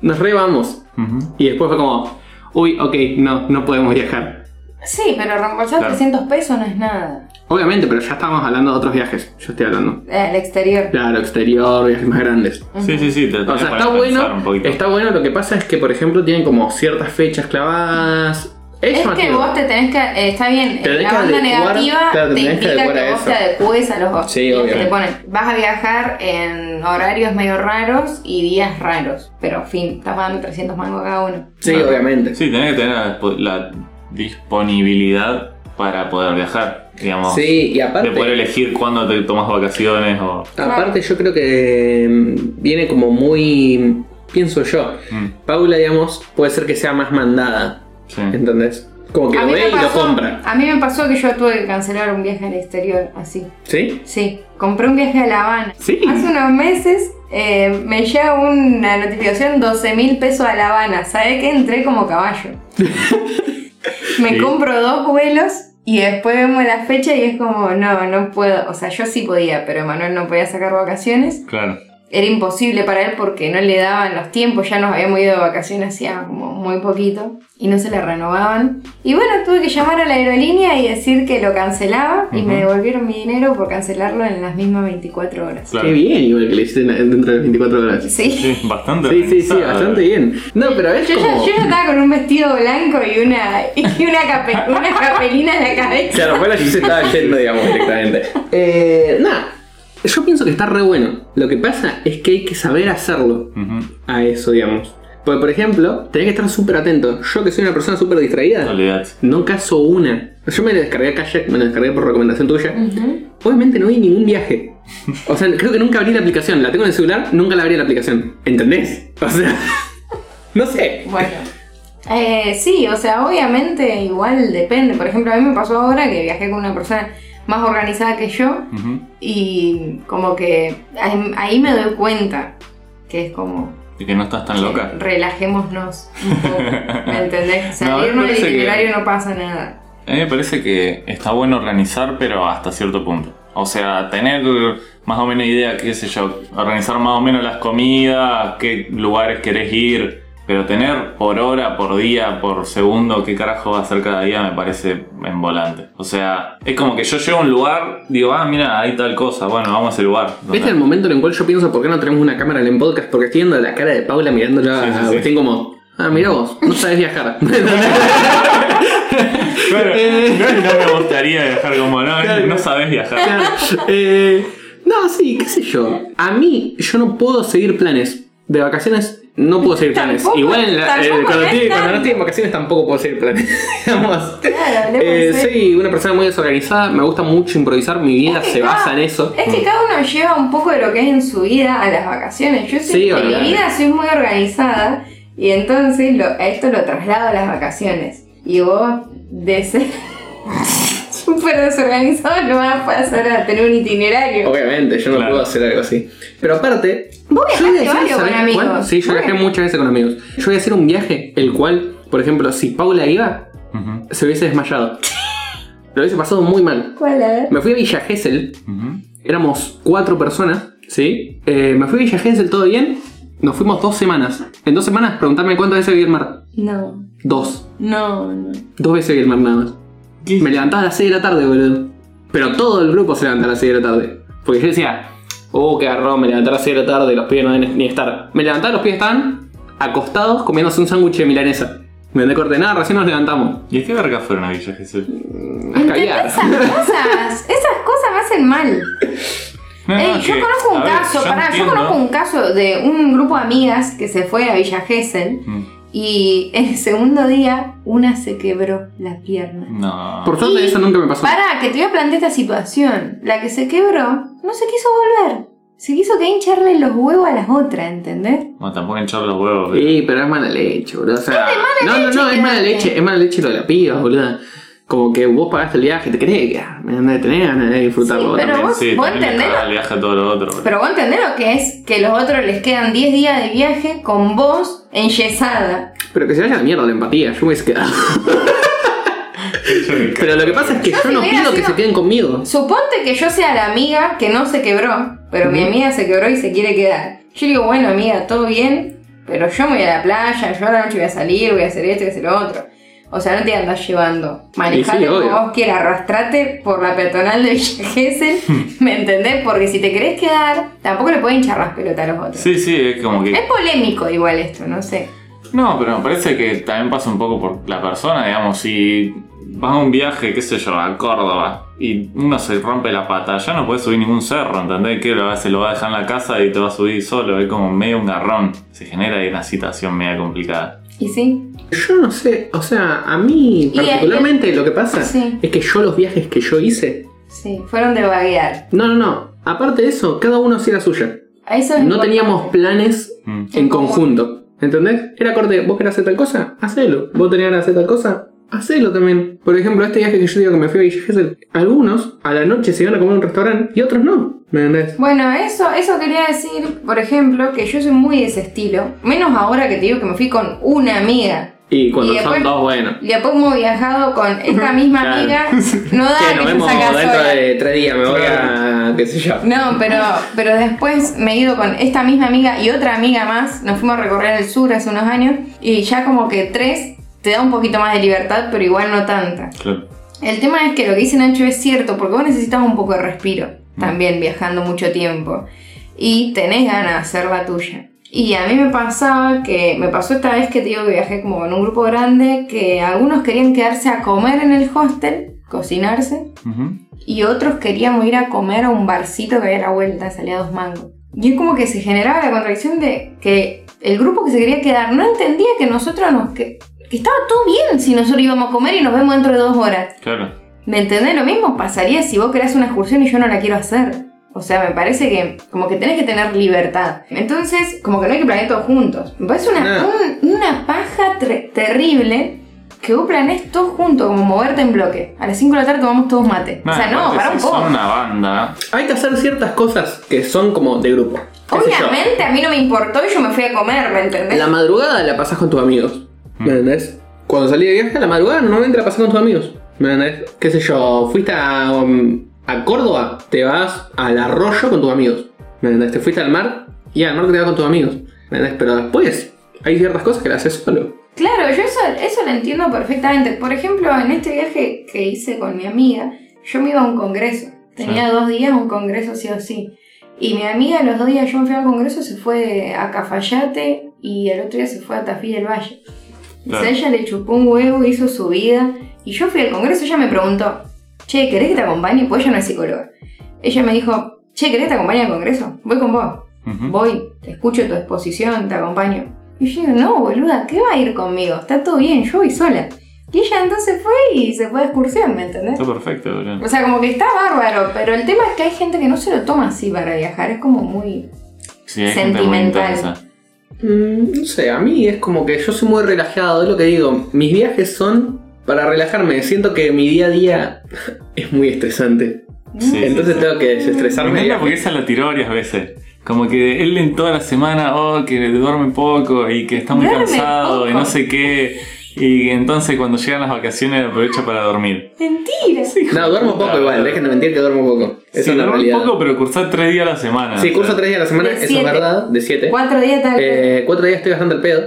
Speaker 1: nos re vamos.
Speaker 3: Ujú.
Speaker 1: Y después fue como, uy, ok, no, no podemos viajar.
Speaker 2: Sí, pero reembolsar
Speaker 3: Claro.
Speaker 2: 300 pesos no es nada.
Speaker 1: Obviamente, pero ya estábamos hablando de otros viajes, yo estoy hablando.
Speaker 2: Eh, Al exterior.
Speaker 1: Claro, exterior, viajes más grandes.
Speaker 3: Sí, sí, sí. te
Speaker 1: O
Speaker 3: tenés
Speaker 1: sea,
Speaker 3: para
Speaker 1: está
Speaker 3: pensar un
Speaker 1: bueno,
Speaker 3: poquito.
Speaker 1: está bueno, lo que pasa es que, por ejemplo, tienen como ciertas fechas clavadas.
Speaker 2: Es que
Speaker 1: llamativo.
Speaker 2: vos te tenés que. eh, está bien,
Speaker 1: Te tenés
Speaker 2: la
Speaker 1: que
Speaker 2: banda
Speaker 1: adecuar,
Speaker 2: negativa
Speaker 1: claro, te
Speaker 2: te
Speaker 1: tenés que
Speaker 2: indica que,
Speaker 1: adecuar a
Speaker 2: vos
Speaker 1: eso.
Speaker 2: te adecues a los
Speaker 1: Sí,
Speaker 2: y
Speaker 1: obvio.
Speaker 2: te ponen. Vas a viajar en horarios medio raros y días raros. Pero, fin, estás pagando 300 mangos cada uno.
Speaker 1: Sí,
Speaker 3: Claro.
Speaker 1: obviamente.
Speaker 3: Sí, tenés que tener la, la disponibilidad para poder viajar, digamos.
Speaker 1: Sí, y
Speaker 3: De
Speaker 1: aparte.
Speaker 3: poder elegir cuándo te tomas vacaciones o...
Speaker 1: Aparte, yo creo que mm, viene como muy. Pienso yo.
Speaker 3: Mm,
Speaker 1: Paula, digamos, puede ser que sea más mandada.
Speaker 3: sí.
Speaker 1: ¿Entendés? Como que lo ve y lo compra.
Speaker 2: a mí me pasó que yo tuve que cancelar un viaje al exterior, así.
Speaker 1: ¿Sí?
Speaker 2: Sí, compré un viaje a La Habana.
Speaker 1: Sí.
Speaker 2: Hace unos meses eh, me llega una notificación 12 mil pesos a La Habana. ¿Sabés que Entré como caballo. me
Speaker 3: Sí.
Speaker 2: compro dos vuelos y después vemos la fecha y es como, no, no puedo. O sea, yo sí podía, pero Manuel no podía sacar vacaciones.
Speaker 3: Claro.
Speaker 2: Era imposible para él porque no le daban los tiempos, ya nos habíamos ido de vacaciones hacía como muy poquito y no se le renovaban. Y bueno, tuve que llamar a la aerolínea y decir que lo cancelaba y me
Speaker 3: Ujú.
Speaker 2: devolvieron mi dinero por cancelarlo en las mismas 24 horas.
Speaker 3: Claro.
Speaker 1: Qué bien, igual que le hiciste dentro de las 24 horas.
Speaker 2: Sí.
Speaker 3: Sí, bastante
Speaker 1: Sí, sí, sí,
Speaker 3: organizada.
Speaker 1: bastante bien. No, pero es
Speaker 2: Yo ya,
Speaker 1: como.
Speaker 2: yo ya estaba con un vestido blanco y una, y una, cape- una capelina en la cabeza.
Speaker 1: Claro, bueno, yo se estaba yendo, digamos, directamente. Eh, nada, yo pienso que está re bueno. Lo que pasa es que hay que saber hacerlo
Speaker 3: Ujú.
Speaker 1: a eso, digamos. Porque, por ejemplo, tenés que estar súper atento. Yo que soy una persona súper distraída,
Speaker 3: Olvidate.
Speaker 1: no caso una. Yo me la descargué a Kayak, me la descargué por recomendación tuya.
Speaker 2: Ujú.
Speaker 1: Obviamente no vi ningún viaje. O sea, creo que nunca abrí la aplicación. La tengo en el celular, nunca la abrí la aplicación. ¿Entendés? O sea, no sé.
Speaker 2: Bueno. Eh, sí, o sea, obviamente igual depende. Por ejemplo, a mí me pasó ahora que viajé con una persona más organizada que yo
Speaker 3: Ujú.
Speaker 2: y como que ahí, ahí me doy cuenta que es como
Speaker 3: Y que no estás tan loca.
Speaker 2: relajémonos un poco, ¿me entendés?
Speaker 3: No, me
Speaker 2: Salirnos del
Speaker 3: parece que-
Speaker 2: itinerario no pasa nada.
Speaker 3: A mí me parece que está bueno organizar, pero hasta cierto punto. O sea, tener más o menos idea, qué sé yo, organizar más o menos las comidas, qué lugares querés ir, pero tener por hora, por día, por segundo, qué carajo va a hacer cada día me parece en volante. O sea, es como que yo llego a un lugar, digo, ah, mira, hay tal cosa, bueno, vamos a ese lugar.
Speaker 1: ¿Viste el momento en el cual yo pienso por qué no tenemos una cámara en el podcast? Porque estoy viendo la cara de Paula mirándola
Speaker 3: Sí, sí,
Speaker 1: a
Speaker 3: sí.
Speaker 1: Agustín como, ah, mirá vos, no sabes viajar.
Speaker 3: Claro, no, me gustaría viajar como, no,
Speaker 1: Claro.
Speaker 3: no sabes viajar.
Speaker 1: Claro. Eh, no, sí, qué sé yo. A mí, yo no puedo seguir planes. de vacaciones no puedo seguir planes.
Speaker 2: Tampoco,
Speaker 1: Igual en la- eh,
Speaker 2: tampoco
Speaker 1: cuando,
Speaker 2: es
Speaker 1: estoy, cuando no
Speaker 2: tan-
Speaker 1: estoy en vacaciones tampoco puedo seguir planes. digamos.
Speaker 2: Claro, hablemos
Speaker 1: Eh,
Speaker 2: en serio.
Speaker 1: soy una persona muy desorganizada, me gusta mucho improvisar, mi vida
Speaker 2: Es que
Speaker 1: se
Speaker 2: cada-
Speaker 1: basa en eso.
Speaker 2: Es que cada uno lleva un poco de lo que es en su vida a las vacaciones. Yo
Speaker 1: Sí,
Speaker 2: soy, en
Speaker 1: obviamente.
Speaker 2: mi vida soy muy organizada y entonces lo- a esto lo traslado a las vacaciones. Y vos, de ser súper desorganizado, no vas a pasar a tener un itinerario.
Speaker 1: Obviamente, yo no
Speaker 3: Claro.
Speaker 1: puedo hacer algo así. Pero aparte,
Speaker 2: Vos
Speaker 1: yo voy a
Speaker 2: viajaste
Speaker 1: hacer,
Speaker 2: varios con
Speaker 1: ¿sabés
Speaker 2: amigos.
Speaker 1: cuál? Sí, yo
Speaker 2: Vos
Speaker 1: viajé
Speaker 2: viajaste-
Speaker 1: muchas veces con amigos. Yo voy a hacer un viaje, el cual, por ejemplo, si Paula iba,
Speaker 3: Ujú,
Speaker 1: se hubiese desmayado. Lo hubiese pasado muy mal.
Speaker 2: ¿Cuál, a ver?
Speaker 1: Me fui a Villa Gesell,
Speaker 3: ujú.
Speaker 1: éramos cuatro personas, ¿sí? Eh, me fui a Villa Gesell, todo bien. Nos fuimos dos semanas. En dos semanas, preguntarme cuántas veces vi el mar.
Speaker 2: No,
Speaker 1: Dos.
Speaker 2: no, no.
Speaker 1: Dos veces vi el mar nada más.
Speaker 3: ¿Qué?
Speaker 1: Me levantaba a las 6 de la tarde, boludo. Pero todo el grupo se levantaba a las 6 de la tarde. Porque yo decía, oh, qué agarró, me levanté a las 6 de la tarde, los pibes no deben ni estar. Me levantaba, los pibes estaban acostados comiéndose un sándwich de milanesa. Me andé corte, nada, recién nos levantamos.
Speaker 3: ¿Y a qué verga fueron a Villa Gesell?
Speaker 1: A
Speaker 2: ¿Entendés?
Speaker 1: caviar.
Speaker 2: Esas cosas, esas cosas me hacen mal.
Speaker 3: No, no,
Speaker 2: Ey, yo
Speaker 3: que-
Speaker 2: conozco un
Speaker 3: Ah, a ver,
Speaker 2: caso, pará,
Speaker 3: entiendo-
Speaker 2: yo conozco un caso de un grupo de amigas que se fue a Villa Gesell
Speaker 3: Mm,
Speaker 2: y el segundo día una se quebró la pierna.
Speaker 3: No.
Speaker 1: Por suerte,
Speaker 2: Y-
Speaker 1: eso nunca me pasó.
Speaker 2: Pará, que te voy a plantear esta situación. La que se quebró no se quiso volver. Se quiso que hincharle los huevos a las otras, ¿entendés?
Speaker 3: Bueno, tampoco hinchar los huevos. pero-
Speaker 1: Sí, pero es mala leche, boludo. O sea, no, no,
Speaker 2: leche
Speaker 1: no, es
Speaker 2: que
Speaker 1: mala
Speaker 2: date.
Speaker 1: leche, es mala leche lo de la piba, boludo. Como que vos pagaste el viaje, te querés quedar. Me andás de tener ganas de disfrutarlo.
Speaker 2: Sí,
Speaker 1: vos
Speaker 2: pero
Speaker 1: también.
Speaker 2: vos-
Speaker 3: sí, también le
Speaker 2: entendés
Speaker 3: cagás el viaje a todo lo otro.
Speaker 2: Pero vos entendés lo que es que los otros les quedan 10 días de viaje con vos enyesada.
Speaker 1: Pero que se vaya a la mierda la empatía, yo me hubiese quedado. Pero lo que pasa es que yo,
Speaker 2: si
Speaker 1: no
Speaker 2: hubiera
Speaker 1: pido que
Speaker 2: sido-
Speaker 1: se queden conmigo.
Speaker 2: Suponte que yo sea la amiga que no se quebró, pero mi
Speaker 1: Ujú.
Speaker 2: amiga se quebró y se quiere quedar. Yo digo, bueno, amiga, todo bien, pero yo me voy a la playa, yo a la noche voy a salir, voy a hacer esto, voy a hacer lo otro. O sea, no te andas llevando. Manejate
Speaker 1: Y sí,
Speaker 2: como
Speaker 1: obvio.
Speaker 2: vos quieras, arrastrate por la peatonal de Villa
Speaker 1: Hmm.
Speaker 2: Gesell, ¿me entendés? Porque si te querés quedar, tampoco le pueden hinchar las pelotas a los otros.
Speaker 3: Sí, sí, es como que
Speaker 2: Es polémico igual esto, no sé.
Speaker 3: No, pero me parece que también pasa un poco por la persona, digamos, si vas a un viaje, qué sé yo, a Córdoba y uno se rompe la pata, ya no puedes subir ningún cerro, ¿entendés? Que lo, se lo va a dejar en la casa y te va a subir solo, es como medio un garrón, se genera ahí una situación media complicada.
Speaker 2: ¿Y sí?
Speaker 1: Yo no sé, o sea, a mí
Speaker 2: Y el-
Speaker 1: particularmente lo que pasa
Speaker 2: Sí.
Speaker 1: es que yo los viajes que yo hice.
Speaker 2: Sí, fueron de vaguear.
Speaker 1: No, no, no. Aparte de eso, cada uno hacía la suya.
Speaker 2: A Eso es
Speaker 1: No
Speaker 2: importante.
Speaker 1: teníamos planes
Speaker 3: Mm.
Speaker 1: en conjunto. ¿Entendés? Era corte, vos querés hacer tal cosa, hacelo. Vos tenías ganas de hacer tal cosa, hacelo también. Por ejemplo, este viaje que yo digo que me fui a Villa Gesell, algunos a la noche se iban a comer a un restaurante y otros no. ¿Me entendés?
Speaker 2: Bueno, eso, eso quería decir, por ejemplo, que yo soy muy de ese estilo. Menos ahora que te digo que me fui con una amiga.
Speaker 1: Y cuando
Speaker 2: Y después-
Speaker 1: son dos, bueno.
Speaker 2: Y después hemos viajado con esta misma
Speaker 1: Claro.
Speaker 2: amiga. No da
Speaker 1: Que nos
Speaker 2: que se
Speaker 1: vemos
Speaker 2: saca
Speaker 1: dentro
Speaker 2: sola.
Speaker 1: de tres días, me voy a. qué sé yo.
Speaker 2: No, pero, pero después me he ido con esta misma amiga y otra amiga más. Nos fuimos a recorrer el sur hace unos años. Y ya como que tres te da un poquito más de libertad, pero igual no tanta.
Speaker 3: Claro.
Speaker 2: El tema es que lo que dice Nacho es cierto, porque vos necesitas un poco de respiro también viajando mucho tiempo y tenés ganas de hacer la tuya. Y a mí me pasaba que, me pasó esta vez que te digo que viajé como en un grupo grande, que algunos querían quedarse a comer en el hostel, cocinarse,
Speaker 3: Ujú.
Speaker 2: y otros queríamos ir a comer a un barcito que había a la vuelta, salía a dos mangos. Y es como que se generaba la contradicción de que el grupo que se quería quedar no entendía que nosotros nos... que- que estaba todo bien si nosotros íbamos a comer y nos vemos dentro de dos horas.
Speaker 3: Claro.
Speaker 2: ¿Me entendés? Lo mismo pasaría si vos querés una excursión y yo no la quiero hacer. O sea, me parece que como que tenés que tener libertad. Entonces, como que no hay que planear todos juntos. Me parece una,
Speaker 1: No.
Speaker 2: un- una paja tre- terrible que vos planees todos juntos, como moverte en bloque. A las 5 de la tarde tomamos todos mate. o sea, no,
Speaker 3: Ah, aparte,
Speaker 2: para un
Speaker 3: si
Speaker 2: poco.
Speaker 3: Son una banda.
Speaker 1: Hay que hacer ciertas cosas que son como de grupo. Qué sé yo.
Speaker 2: Obviamente a mí no me importó y yo me fui a comer, ¿me entendés?
Speaker 1: La madrugada la pasás con tus amigos. ¿Me entendés? Cuando salí de viaje, la madrugada normalmente la pasás con tus amigos. ¿Me entendés? ¿Qué sé yo? Fuiste a, um, a Córdoba, te vas al arroyo con tus amigos. ¿Me entendés? Te fuiste al mar y al mar te vas con tus amigos. ¿Me entendés? Pero después hay ciertas cosas que las haces solo.
Speaker 2: Claro, yo eso, eso lo entiendo perfectamente. Por ejemplo, en este viaje que hice con mi amiga, yo me iba a un congreso. Tenía dos días un congreso sí o sí. Y mi amiga los dos días yo me fui al congreso se fue a Cafayate y el otro día se fue a Tafí del Valle. O
Speaker 3: Claro.
Speaker 2: sea, ella le chupó un huevo, hizo su vida. Y yo fui al congreso, ella me preguntó, che, ¿querés que te acompañe? Pues ella no es psicóloga. Ella me dijo, che, ¿querés que te acompañe al congreso? Voy con vos.
Speaker 3: Ujú.
Speaker 2: voy, te escucho tu exposición, te acompaño. Y yo digo, no, boluda, ¿qué va a ir conmigo? Está todo bien, yo voy sola. Y ella entonces fue y se fue de excursión, ¿me entendés?
Speaker 3: Está perfecto, boludo.
Speaker 2: O sea, como que está bárbaro, pero el tema es que hay gente que no se lo toma así para viajar, es como muy...
Speaker 3: Sí, hay gente muy
Speaker 2: Sentimental.
Speaker 3: intensa.
Speaker 1: Mm, no sé, a mí es como que yo soy muy relajado, es lo que digo. Mis viajes son para relajarme. Siento que mi día a día es muy estresante.
Speaker 3: Sí,
Speaker 1: Entonces
Speaker 3: sí, sí.
Speaker 1: tengo que desestresarme.
Speaker 3: Me encanta porque esa la tiró varias veces. Como que él en toda la semana, oh, que duerme poco y que está muy
Speaker 2: Duerme
Speaker 3: cansado y
Speaker 2: poco.
Speaker 3: no sé qué. Y entonces cuando llegan las vacaciones aprovecha para dormir.
Speaker 2: Mentira.
Speaker 1: No, duermo poco
Speaker 3: Claro.
Speaker 1: igual, déjenme mentir que duermo poco. Esa
Speaker 3: Sí,
Speaker 1: es la
Speaker 3: duerme
Speaker 1: realidad.
Speaker 3: poco, pues. pero cursar tres días a la semana.
Speaker 1: Sí,
Speaker 3: O
Speaker 1: curso
Speaker 3: sea,
Speaker 1: tres días a la semana,
Speaker 2: De
Speaker 1: eso es
Speaker 2: siete.
Speaker 1: verdad, de siete.
Speaker 2: Cuatro días tal vez.
Speaker 1: Eh, cuatro días estoy bastante al pedo.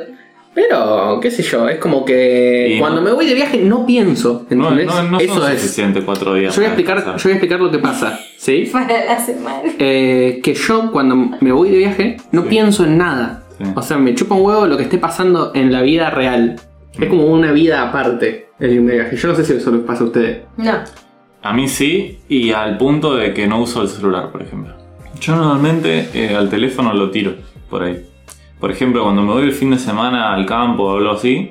Speaker 1: Pero, qué sé yo, es como que
Speaker 3: Y
Speaker 1: cuando
Speaker 3: no-
Speaker 1: me voy de viaje no pienso,
Speaker 3: No,
Speaker 1: ¿entendés?
Speaker 3: no, no son
Speaker 1: Eso es. Yo
Speaker 3: suficientes cuatro días.
Speaker 1: voy, a
Speaker 3: para
Speaker 1: explicar, yo
Speaker 3: descansar.
Speaker 1: voy a explicar lo que pasa, ¿sí?
Speaker 2: para la semana.
Speaker 1: Eh, que yo cuando me voy de viaje no
Speaker 3: Sí.
Speaker 1: pienso en nada.
Speaker 3: Sí.
Speaker 1: O sea, me chupa un huevo lo que esté pasando en la vida real. Es
Speaker 3: Mm.
Speaker 1: como una vida aparte el irme de viaje. Yo no sé si eso les pasa a ustedes.
Speaker 2: No.
Speaker 3: A mí sí, y al punto de que no uso el celular, por ejemplo. Yo normalmente eh, al teléfono lo tiro por ahí. Por ejemplo, cuando me voy el fin de semana al campo o algo así,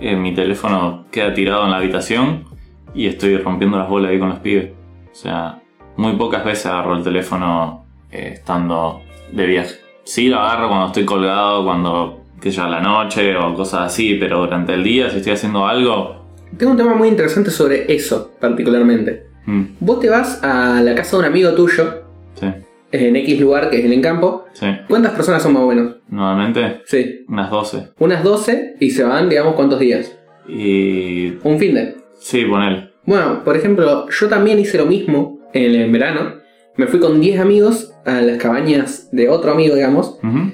Speaker 3: eh, mi teléfono queda tirado en la habitación y estoy rompiendo las bolas ahí con los pibes. O sea, muy pocas veces agarro el teléfono eh, estando de viaje. Sí, lo agarro cuando estoy colgado, cuando, que ya la noche o cosas así, pero durante el día, si estoy haciendo algo,
Speaker 1: Tengo un tema muy interesante sobre eso, particularmente.
Speaker 3: mm,
Speaker 1: Vos te vas a la casa de un amigo tuyo,
Speaker 3: sí,
Speaker 1: en X lugar, que es el Encampo.
Speaker 3: sí.
Speaker 1: ¿Cuántas personas son más o menos?
Speaker 3: Normalmente
Speaker 1: Sí.
Speaker 3: unas 12.
Speaker 1: Unas 12 y se van, digamos, ¿cuántos días?
Speaker 3: Y.
Speaker 1: Un fin de.
Speaker 3: Sí, ponele.
Speaker 1: Bueno, por ejemplo, yo también hice lo mismo en el verano. Me fui con 10 amigos a las cabañas de otro amigo, digamos,
Speaker 3: Ujú,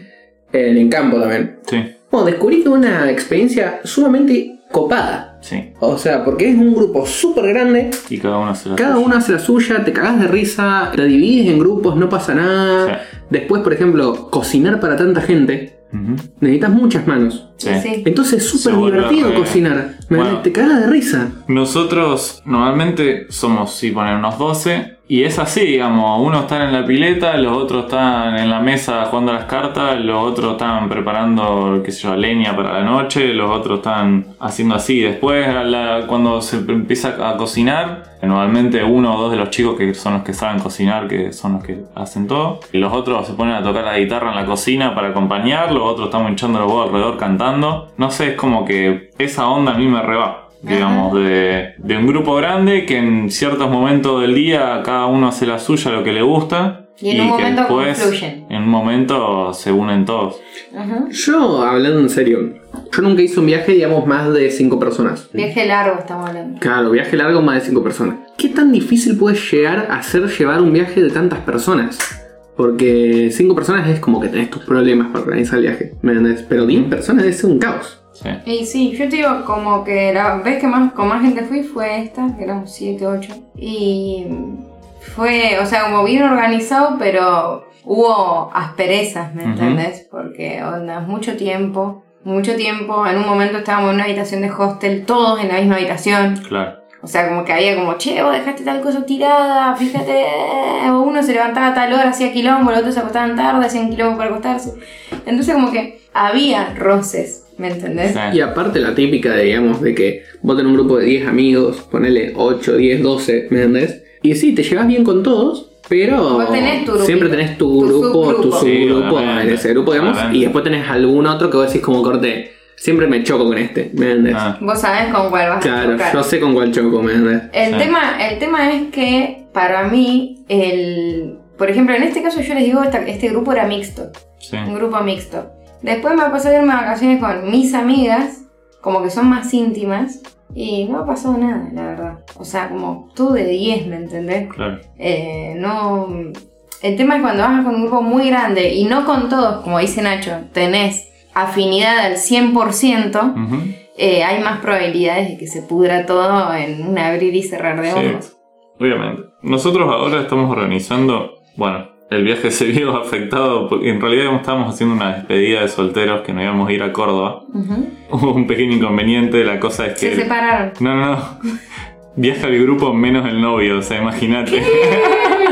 Speaker 1: en el campo también.
Speaker 3: Sí,
Speaker 1: Bueno, descubrí que una experiencia sumamente copada.
Speaker 3: sí.
Speaker 1: O sea, porque es un grupo súper grande,
Speaker 3: Y cada uno se lo
Speaker 1: cada
Speaker 3: hace.
Speaker 1: uno hace la suya, te cagás de risa, te divides en grupos, no pasa nada.
Speaker 3: Sí.
Speaker 1: Después, por ejemplo, cocinar para tanta gente,
Speaker 3: Ujú,
Speaker 1: necesitas muchas manos.
Speaker 3: sí.
Speaker 2: Sí.
Speaker 1: Entonces es
Speaker 3: Se
Speaker 1: súper
Speaker 3: vuelve
Speaker 1: divertido
Speaker 3: re-
Speaker 1: cocinar. Me-
Speaker 3: Bueno.
Speaker 1: Te cagas de risa.
Speaker 3: Nosotros normalmente somos, sí, poner unos 12. Y es así, digamos. Unos están en la pileta, los otros están en la mesa jugando a las cartas, los otros están preparando, qué sé yo, leña para la noche, los otros están haciendo así. Después, a la- cuando se empieza a cocinar, normalmente uno o dos de los chicos que son los que saben cocinar, que son los que hacen todo. Los otros se ponen a tocar la guitarra en la cocina para acompañar, los otros están hinchando los huevos alrededor cantando. No sé, es como que esa onda a mí me reba. Digamos, de, de un grupo grande que en ciertos momentos del día cada uno hace la suya, lo que le gusta.
Speaker 2: Y en un
Speaker 3: que
Speaker 2: momento confluyen.
Speaker 3: En un momento se unen todos.
Speaker 2: Ajá.
Speaker 1: Yo, hablando en serio, yo nunca hice un viaje, digamos, más de 5 personas.
Speaker 2: Viaje largo estamos hablando.
Speaker 1: Claro, viaje largo más de 5 personas. ¿Qué tan difícil puede llegar a ser llevar un viaje de tantas personas? Porque 5 personas es como que tenés tus problemas para organizar el viaje, ¿me entendés? Pero 10 personas es un caos.
Speaker 3: Sí.
Speaker 2: Y sí, yo te digo, como que la vez que más con más gente fui fue esta, que éramos 7, 8. Y fue, o sea, como bien organizado, pero hubo asperezas, ¿me
Speaker 3: Ujú.
Speaker 2: entendés? Porque, onda, mucho tiempo, mucho tiempo. En un momento estábamos en una habitación de hostel, todos en la misma habitación.
Speaker 3: Claro.
Speaker 2: O sea, como que había como, che, vos dejaste tal cosa tirada, fíjate. O uno se levantaba a tal hora, hacía quilombo, los otros se acostaban tarde, hacían quilombo para acostarse. Entonces, como que había roces, ¿me entendés?
Speaker 3: Sí.
Speaker 1: Y aparte la típica, digamos, de que vos tenés un grupo de 10 amigos, ponele 8, 10, 12, ¿me entendés? Y sí, te llevas bien con todos, pero
Speaker 2: Vos tenés tu grupito,
Speaker 1: siempre tenés tu
Speaker 2: tu
Speaker 1: grupo, tu
Speaker 2: subgrupo.
Speaker 3: Sí,
Speaker 1: subgrupo en
Speaker 3: obviamente,
Speaker 1: ese grupo, digamos,
Speaker 3: obviamente.
Speaker 1: y después tenés algún otro que vos decís como corte, siempre me choco con este, ¿me entendés?
Speaker 3: Ah,
Speaker 2: Vos sabés con cuál vas a
Speaker 1: Claro,
Speaker 2: chocar.
Speaker 1: yo sé con cuál choco, ¿me entendés?
Speaker 2: El,
Speaker 3: Sí.
Speaker 2: tema, el tema es que para mí, el, por ejemplo, en este caso yo les digo, esta- este grupo era mixto,
Speaker 3: sí.
Speaker 2: un grupo mixto. Después me ha pasado irme de vacaciones con mis amigas, como que son más íntimas, y no ha pasado nada, la verdad. O sea, como tú de 10, ¿me entendés?
Speaker 3: Claro.
Speaker 2: Eh, no. El tema es cuando vas con un grupo muy grande y no con todos, como dice Nacho, tenés afinidad al 100%,
Speaker 3: Ujú.
Speaker 2: eh, hay más probabilidades de que se pudra todo en un abrir y cerrar de
Speaker 3: Sí.
Speaker 2: ojos.
Speaker 3: Obviamente. Nosotros ahora estamos organizando. Bueno, el viaje se vio afectado. porque En realidad estábamos haciendo una despedida de solteros que nos íbamos a ir a Córdoba.
Speaker 2: Ujú.
Speaker 3: Hubo un pequeño inconveniente. La cosa es que.
Speaker 2: Se separaron.
Speaker 3: No, no, no. Viaja el grupo menos el novio, o sea, imagínate.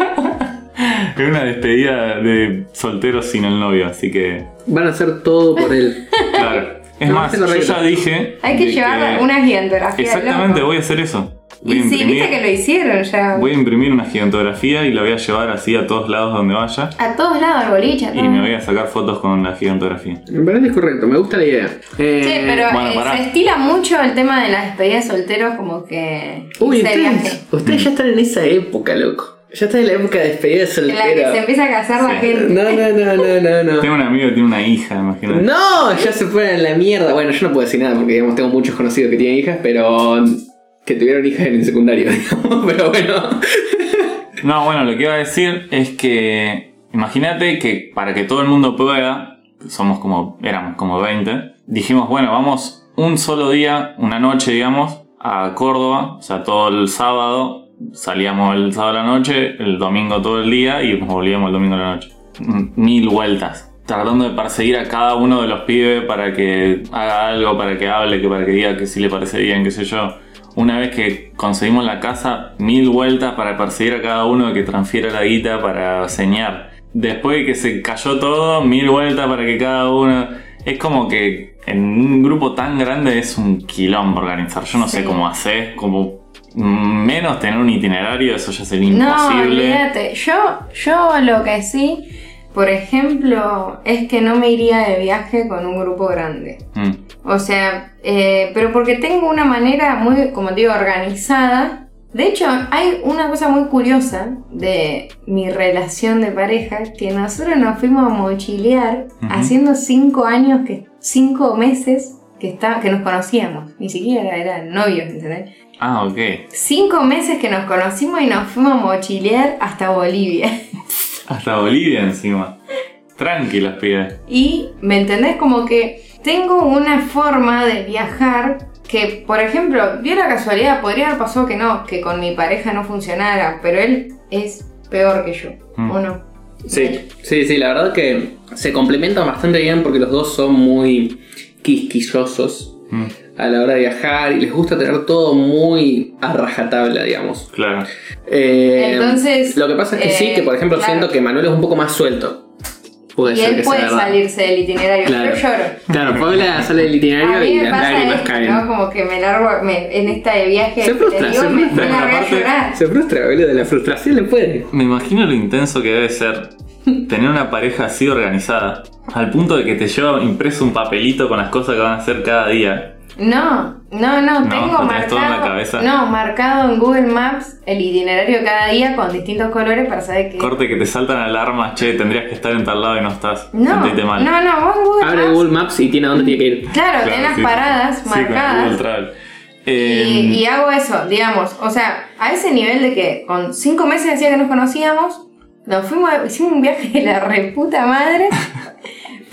Speaker 3: Es una despedida de solteros sin el novio, así que.
Speaker 1: Van a hacer todo por él.
Speaker 3: Claro. Es
Speaker 1: No,
Speaker 3: más,
Speaker 1: se lo
Speaker 3: yo
Speaker 1: arreglo.
Speaker 3: ya dije.
Speaker 2: Hay que
Speaker 3: de
Speaker 2: llevar una gigantografía. del
Speaker 3: Exactamente,
Speaker 2: loco.
Speaker 3: voy a hacer eso. Voy a
Speaker 2: Y sí, viste que lo hicieron ya.
Speaker 3: Voy a imprimir una gigantografía y la voy a llevar así a todos lados donde vaya.
Speaker 2: A todos lados, al boliche. a
Speaker 3: Y
Speaker 2: todos
Speaker 3: me voy a sacar fotos con la gigantografía.
Speaker 1: Me parece correcto, me gusta la idea. Eh,
Speaker 2: Sí, pero
Speaker 3: bueno,
Speaker 2: eh,
Speaker 3: pará.
Speaker 2: se estila mucho el tema de las despedidas de solteros, como que.
Speaker 1: Uy,
Speaker 2: ese
Speaker 1: ustedes,
Speaker 2: viaje.
Speaker 1: ustedes ya están en esa época, loco. Ya están en la época de despedida de
Speaker 2: En la que se
Speaker 1: soltero.
Speaker 2: empieza a casar la
Speaker 3: Sí.
Speaker 2: gente.
Speaker 1: No, no, no, no, no, no.
Speaker 3: Tengo un amigo que tiene una hija, imagínate.
Speaker 1: No, ya se fueron a la mierda. Bueno, yo no puedo decir nada porque digamos, tengo muchos conocidos que tienen hijas, pero que tuvieron hijas en el secundario, digamos. Pero bueno,
Speaker 3: No, bueno, lo que iba a decir es que imagínate que para que todo el mundo pueda, somos como, éramos como 20, dijimos, bueno, vamos un solo día, una noche, digamos, a Córdoba, o sea, todo el sábado, salíamos el sábado a la noche, el domingo todo el día y nos volvíamos el domingo a la noche. M- Mil vueltas. Tratando de perseguir a cada uno de los pibes para que haga algo, para que hable, que para que diga que sí le parece bien, qué sé yo. Una vez que conseguimos la casa, mil vueltas para perseguir a cada uno que transfiera la guita para señar. Después de que se cayó todo, mil vueltas para que cada uno. Es como que en un grupo tan grande es un quilombo organizar. Yo no sé
Speaker 2: Sí.
Speaker 3: cómo haces, como menos tener un itinerario, eso ya sería
Speaker 2: No,
Speaker 3: imposible.
Speaker 2: olvídate. Yo, yo lo que sí, por ejemplo, es que no me iría de viaje con un grupo grande.
Speaker 3: Mm.
Speaker 2: O sea, eh, pero porque tengo una manera muy, como te digo, organizada. De hecho, hay una cosa muy curiosa de mi relación de pareja, que nosotros nos fuimos a mochilear
Speaker 3: Ujú.
Speaker 2: haciendo cinco años, que, cinco meses que, está, que nos conocíamos. Ni siquiera eran novios, ¿entendés?
Speaker 3: Ah, ok.
Speaker 2: Cinco meses que nos conocimos y nos fuimos a mochilear hasta Bolivia.
Speaker 3: Hasta Bolivia encima. Tranquilos, pibes.
Speaker 2: Y me entendés como que tengo una forma de viajar que, por ejemplo, dio la casualidad, podría haber pasado que no, que con mi pareja no funcionara, pero él es peor que yo,
Speaker 1: Hmm.
Speaker 3: Mm.
Speaker 2: ¿o no?
Speaker 1: sí, sí, sí, la verdad que se complementan bastante bien porque los dos son muy quisquillosos
Speaker 3: Mm,
Speaker 1: a la hora de viajar y les gusta tener todo muy a rajatabla, digamos.
Speaker 3: claro.
Speaker 1: Eh,
Speaker 2: Entonces,
Speaker 1: lo que pasa es que sí,
Speaker 2: eh,
Speaker 1: que por ejemplo
Speaker 2: claro.
Speaker 1: siento que Manuel es un poco más suelto. Puede
Speaker 2: y
Speaker 1: ser que
Speaker 2: él
Speaker 1: sea
Speaker 2: puede
Speaker 1: verdad.
Speaker 2: salirse del itinerario,
Speaker 1: Claro.
Speaker 2: yo lloro.
Speaker 1: Claro, Paula sale del
Speaker 2: A
Speaker 1: itinerario
Speaker 2: mí
Speaker 1: y
Speaker 2: me
Speaker 1: las
Speaker 2: pasa
Speaker 1: lágrimas
Speaker 2: esto,
Speaker 1: caen.
Speaker 2: ¿no? Como que me largo me- en esta de viaje
Speaker 1: Se frustra,
Speaker 2: digo,
Speaker 1: se
Speaker 2: me,
Speaker 1: frustra.
Speaker 2: me largo a
Speaker 3: Aparte,
Speaker 2: llorar.
Speaker 1: Se frustra, boludo, de la frustración le puede.
Speaker 3: Me imagino lo intenso que debe ser tener una pareja así organizada, al punto de que te lleva impreso un papelito con las cosas que van a hacer cada día.
Speaker 2: No, no, no,
Speaker 3: No,
Speaker 2: tengo
Speaker 3: lo tenés
Speaker 2: marcado.
Speaker 3: todo en la cabeza.
Speaker 2: No, marcado en Google Maps el itinerario cada día con distintos colores para saber qué.
Speaker 3: Corte que te saltan alarmas, che, tendrías que estar en tal lado y no estás.
Speaker 2: No,
Speaker 3: Sentite mal.
Speaker 2: no, no, vos en Google
Speaker 1: Abre
Speaker 2: Maps.
Speaker 1: Google Maps y tiene a dónde tiene que ir.
Speaker 2: Claro,
Speaker 3: Claro,
Speaker 2: tenés las
Speaker 3: sí.
Speaker 2: paradas
Speaker 3: Sí, con el Google
Speaker 2: marcadas.
Speaker 3: Travel.
Speaker 2: y,
Speaker 3: Eh,
Speaker 2: y hago eso, digamos. O sea, a ese nivel de que con cinco meses hacía que nos conocíamos, nos fuimos, a- hicimos un viaje de la reputa madre.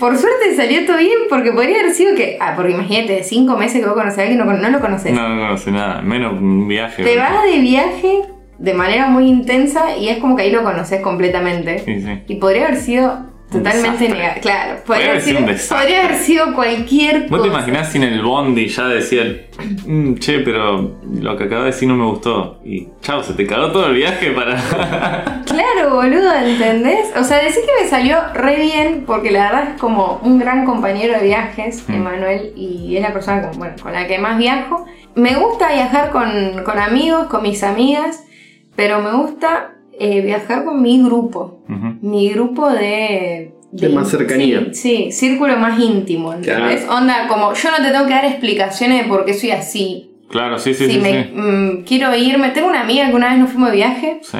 Speaker 2: Por suerte salió todo bien, porque podría haber sido que. Ah, porque imagínate, cinco meses que vos conocés a alguien no, no lo conocés.
Speaker 3: no, no conoce nada, menos un viaje.
Speaker 2: Te
Speaker 3: boludo.
Speaker 2: vas de viaje de manera muy intensa y es como que ahí lo conoces completamente.
Speaker 3: Sí, sí.
Speaker 2: Y podría haber sido
Speaker 3: Un
Speaker 2: totalmente
Speaker 3: desastre.
Speaker 2: negado. Claro,
Speaker 3: Podría
Speaker 2: podría
Speaker 3: haber
Speaker 2: haber,
Speaker 3: sido
Speaker 2: sido,
Speaker 3: un desastre.
Speaker 2: podría haber sido cualquier
Speaker 3: ¿Vos te
Speaker 2: cosa.
Speaker 3: imaginás sin el bondi ya decían, "Mm, che, pero lo que acaba de decir no me gustó? Y chao, se te cagó todo el viaje para.
Speaker 2: Claro, boludo, ¿entendés? O sea, decir que me salió re bien porque la verdad es como un gran compañero de viajes,
Speaker 3: Mm.
Speaker 2: Emanuel, y es la persona con, bueno, con la que más viajo. Me gusta viajar con, con amigos, con mis amigas, pero me gusta eh, viajar con mi grupo.
Speaker 3: Ujú.
Speaker 2: mi grupo de,
Speaker 1: De más cercanía.
Speaker 2: Sí, sí, círculo más íntimo, ¿entendés? Onda, como yo no te tengo que dar explicaciones de por qué soy así.
Speaker 3: Claro, sí, sí,
Speaker 2: si
Speaker 3: sí.
Speaker 2: me
Speaker 3: sí.
Speaker 2: mm, quiero irme, tengo una amiga que una vez nos fuimos de viaje
Speaker 3: sí.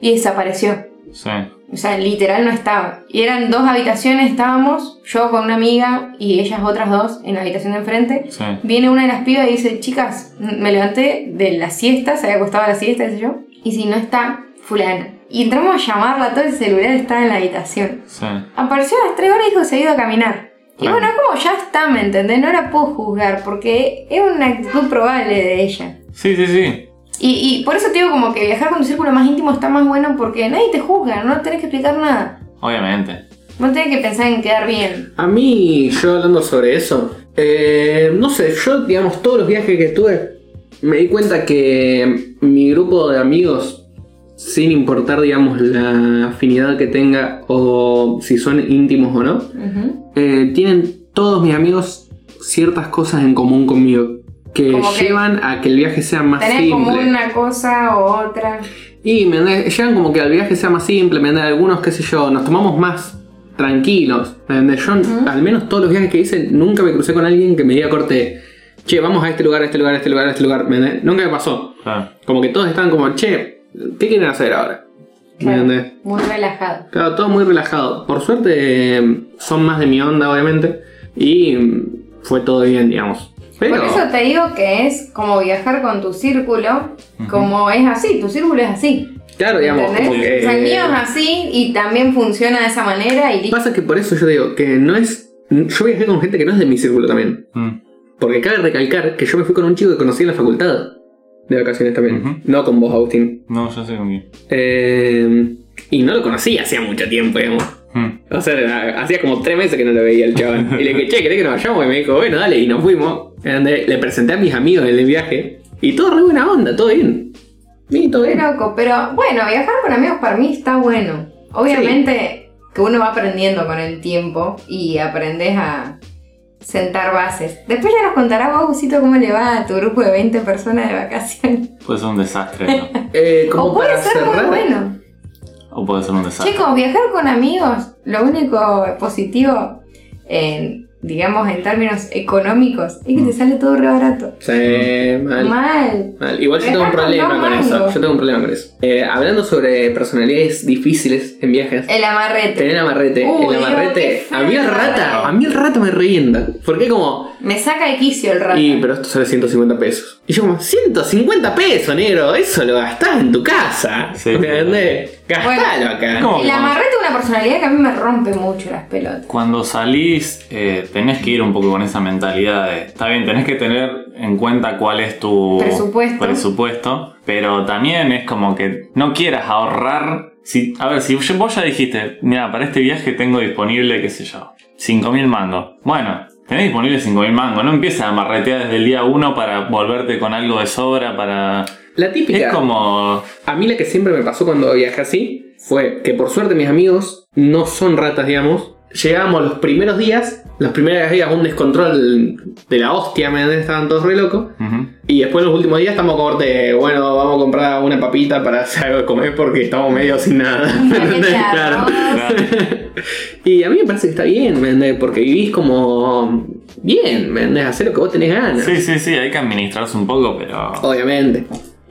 Speaker 2: y desapareció.
Speaker 3: Sí,
Speaker 2: O sea, literal no estaba. Y eran dos habitaciones, estábamos, yo con una amiga y ellas otras dos en la habitación de enfrente.
Speaker 3: sí.
Speaker 2: Viene una de las pibas y dice, chicas, me levanté de la siesta, se había acostado a la siesta, qué sé yo, y si no está, fulana. Y entramos a llamarla, todo el celular estaba en la habitación.
Speaker 3: Sí,
Speaker 2: Apareció a las 3 horas y dijo se ha ido a caminar. Y
Speaker 3: Claro.
Speaker 2: bueno, es como ya está, ¿me entendés? No la puedo juzgar porque es una actitud probable de ella.
Speaker 3: sí, sí. sí.
Speaker 2: Y, y por eso te digo como que viajar con tu círculo más íntimo está más bueno porque nadie te juzga, no tenés que explicar nada.
Speaker 3: Obviamente.
Speaker 2: No tenés que pensar en quedar bien.
Speaker 1: A mí, yo hablando sobre eso, eh, no sé, yo, digamos, todos los viajes que tuve, me di cuenta que mi grupo de amigos sin importar, digamos, la afinidad que tenga o si son íntimos o no,
Speaker 2: Ujú.
Speaker 1: eh, tienen todos mis amigos ciertas cosas en común conmigo que
Speaker 2: Como que
Speaker 1: llevan a que el viaje sea más
Speaker 2: Tenés
Speaker 1: simple.
Speaker 2: como una cosa o otra.
Speaker 1: Y me entendés? llegan como que al viaje sea más simple, me entendés? algunos, qué sé yo, nos tomamos más tranquilos. ¿me entendés? Yo,
Speaker 2: Ujú.
Speaker 1: al menos todos los viajes que hice, nunca me crucé con alguien que me diga corte, che, vamos a este lugar, a este lugar, a este lugar, a este lugar. ¿me entendés? Nunca me pasó.
Speaker 3: Claro.
Speaker 1: Como que todos estaban como, che, ¿qué quieren hacer ahora? ¿Me
Speaker 2: Claro,
Speaker 1: entendés?
Speaker 2: Muy relajado.
Speaker 1: Claro, todo muy relajado. Por suerte eh, son más de mi onda, obviamente. Y mm, fue todo bien, digamos. Pero
Speaker 2: Por eso te digo que es como viajar con tu círculo,
Speaker 3: Ujú.
Speaker 2: como es así, tu círculo es así.
Speaker 1: claro, digamos,
Speaker 2: ¿Entendés?
Speaker 1: como que-
Speaker 2: O sea, el mío es así y también funciona de esa manera y listo.
Speaker 1: Pasa que por eso yo digo que no es. Yo viajé con gente que no es de mi círculo también.
Speaker 3: Mm.
Speaker 1: Porque cabe recalcar que yo me fui con un chico que conocí en la facultad. De vacaciones también.
Speaker 3: Ujú.
Speaker 1: No con vos, Agustín.
Speaker 3: No, yo sé con quién.
Speaker 1: Eh, y no lo conocí hacía mucho tiempo, digamos.
Speaker 3: Mm.
Speaker 1: O sea, hacía como tres meses que no lo veía el chaval. Y le dije, che, ¿querés que nos vayamos? Y me dijo, bueno, dale, y nos fuimos. Andé, Le presenté a mis amigos en el viaje. Y todo re buena onda, todo bien. Y todo
Speaker 2: Qué
Speaker 1: bien.
Speaker 2: loco, pero bueno, viajar con amigos para mí está bueno. Obviamente que uno va aprendiendo con el tiempo y aprendes a sentar bases. Después ya nos contará vos, Gusito, cómo le va a tu grupo de 20 personas de vacaciones.
Speaker 3: Puede ser un desastre, ¿no?
Speaker 1: Eh, como
Speaker 2: O puede
Speaker 1: para
Speaker 2: ser muy
Speaker 1: cerrar,
Speaker 2: bueno.
Speaker 3: O puede ser un desastre.
Speaker 2: Chicos, viajar con amigos, lo único positivo, en, digamos en términos económicos, es que te sale todo re barato.
Speaker 1: Sí, Mm. mal.
Speaker 2: Mal.
Speaker 1: Mal. Igual yo tengo un
Speaker 2: Dejaron
Speaker 1: problema
Speaker 2: dos
Speaker 1: con eso.
Speaker 2: mangos.
Speaker 1: Yo tengo un problema con eso. Eh, hablando sobre personalidades difíciles en viajes.
Speaker 2: El amarrete.
Speaker 1: Tener amarrete,
Speaker 2: Eh, Uy,
Speaker 1: el
Speaker 2: Dios, qué
Speaker 1: amarrete.
Speaker 2: feo
Speaker 1: A mí el
Speaker 2: el
Speaker 1: rata,
Speaker 2: amarrete.
Speaker 1: a mí el rata me revienta. Porque como,
Speaker 2: Me saca de quicio el rato.
Speaker 1: y pero esto sale 150 pesos. Y yo como, 150 pesos, negro, eso lo gastás en tu casa.
Speaker 3: Sí.
Speaker 1: ¿Me entendés? Gastalo acá.
Speaker 3: ¿Cómo?
Speaker 2: El amarrete es una personalidad que a mí me rompe mucho las pelotas.
Speaker 3: Cuando salís, eh, tenés que ir un poco con esa mentalidad de. Está bien, tenés que tener en cuenta cuál es tu
Speaker 2: Presupuesto.
Speaker 3: presupuesto, pero también es como que no quieras ahorrar. Si, a ver, si yo- vos ya dijiste, mira, para este viaje tengo disponible, qué sé yo, 5.000 mangos. Bueno, tenés disponible 5.000 mangos, no empieces a marretear desde el día 1 para volverte con algo de sobra, para...
Speaker 1: La típica.
Speaker 3: Es como...
Speaker 1: A mí la que siempre me pasó cuando viajé así fue que por suerte mis amigos no son ratas, digamos. Llegábamos los primeros días, los primeros días un descontrol de la hostia, me entendés? estaban todos re locos.
Speaker 3: Ujú.
Speaker 1: Y después los últimos días estamos corte, bueno, vamos a comprar una papita para hacer algo de comer porque estamos medio sin nada. ¿me entendés?
Speaker 2: Paquete de
Speaker 1: Claro.
Speaker 2: arroz.
Speaker 3: Claro.
Speaker 1: Y a mí me parece que está bien, ¿me entendés? Porque vivís como bien, ¿me entendés? Hacer lo que vos tenés ganas.
Speaker 3: Sí, sí, sí, hay que administrarse un poco, pero...
Speaker 1: Obviamente.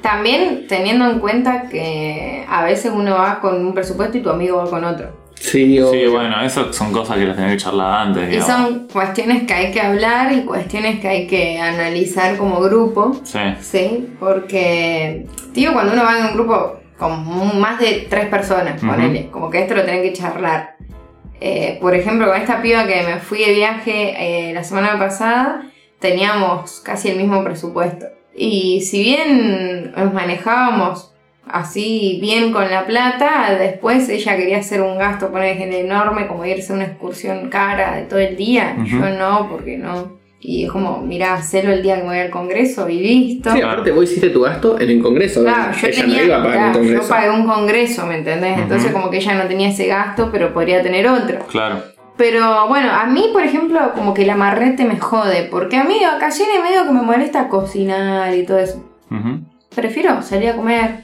Speaker 2: También teniendo en cuenta que a veces uno va con un presupuesto y tu amigo va con otro.
Speaker 1: Sí, digo.
Speaker 3: Sí, bueno, eso son cosas que las tenés que charlar antes.
Speaker 2: Y
Speaker 3: digamos.
Speaker 2: son cuestiones que hay que hablar y cuestiones que hay que analizar como grupo.
Speaker 3: Sí.
Speaker 2: Sí, porque, digo, cuando uno va en un grupo con mu- más de tres personas,
Speaker 3: Ujú.
Speaker 2: ponele, como que esto lo tienen que charlar. Eh, por ejemplo, con esta piba que me fui de viaje eh, la semana pasada, teníamos casi el mismo presupuesto. Y si bien nos manejábamos así bien con la plata, después ella quería hacer un gasto, poner enorme, como irse a una excursión cara de todo el día.
Speaker 3: Ujú.
Speaker 2: Yo no, porque no. Y es como, mirá, hacelo el día que me voy al congreso y listo.
Speaker 1: Sí, aparte vos hiciste tu gasto en el congreso.
Speaker 2: Claro, yo
Speaker 1: Ella
Speaker 2: tenía,
Speaker 1: no iba a pagar
Speaker 2: claro,
Speaker 1: el congreso.
Speaker 2: yo pagué un congreso, ¿me entendés?
Speaker 3: Ujú.
Speaker 2: Entonces como que ella no tenía ese gasto, pero podría tener otro.
Speaker 3: Claro.
Speaker 2: Pero bueno, a mí, por ejemplo, como que el amarrete me jode, porque a mí de vacaciones medio que me molesta cocinar y todo eso.
Speaker 3: Ujú.
Speaker 2: Prefiero salir a comer,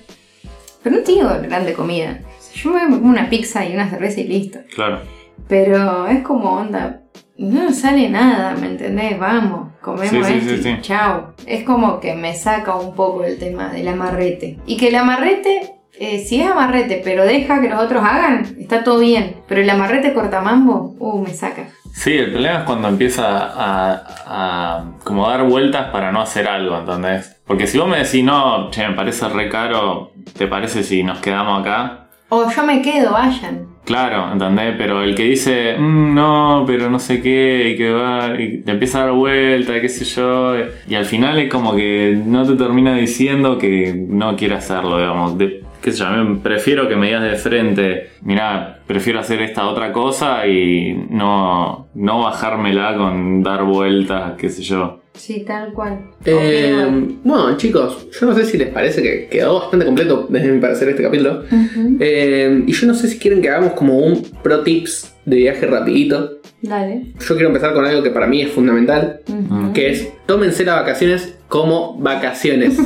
Speaker 2: pero no te digo grande comida. O sea, Yo me voy a comer una pizza y una cerveza y listo.
Speaker 3: Claro.
Speaker 2: Pero es como onda, no sale nada, ¿me entendés? Vamos, comemos
Speaker 3: Sí, sí,
Speaker 2: esto
Speaker 3: sí,
Speaker 2: y
Speaker 3: sí.
Speaker 2: chao. Es como que me saca un poco el tema del amarrete. Y que el amarrete, eh, si es amarrete, pero deja que los otros hagan, está todo bien. Pero el amarrete cortamambo, uh, me saca.
Speaker 3: Sí, el problema es cuando empieza a, a como dar vueltas para no hacer algo, ¿entendés? Porque si vos me decís, no, che, me parece re caro, ¿te parece si nos quedamos acá?
Speaker 2: O yo me quedo, vayan.
Speaker 3: Claro, ¿entendés? Pero el que dice, "Mm, no, pero no sé qué, y que va, y te empieza a dar vuelta, qué sé yo, y al final es como que no te termina diciendo que no quiere hacerlo, digamos. De- qué sé yo, a mí prefiero que me digas de frente, mirá, prefiero hacer esta otra cosa y no, no bajármela con dar vueltas, qué sé yo.
Speaker 2: Sí, tal cual. Opino.
Speaker 1: Eh, bueno, chicos, yo no sé si les parece que quedó bastante completo desde mi parecer este capítulo.
Speaker 2: Ujú,
Speaker 1: Eh, y yo no sé si quieren que hagamos como un pro tips de viaje rapidito.
Speaker 2: Dale.
Speaker 1: Yo quiero empezar con algo que para mí es fundamental,
Speaker 2: Ujú.
Speaker 1: que es tómense las vacaciones como vacaciones.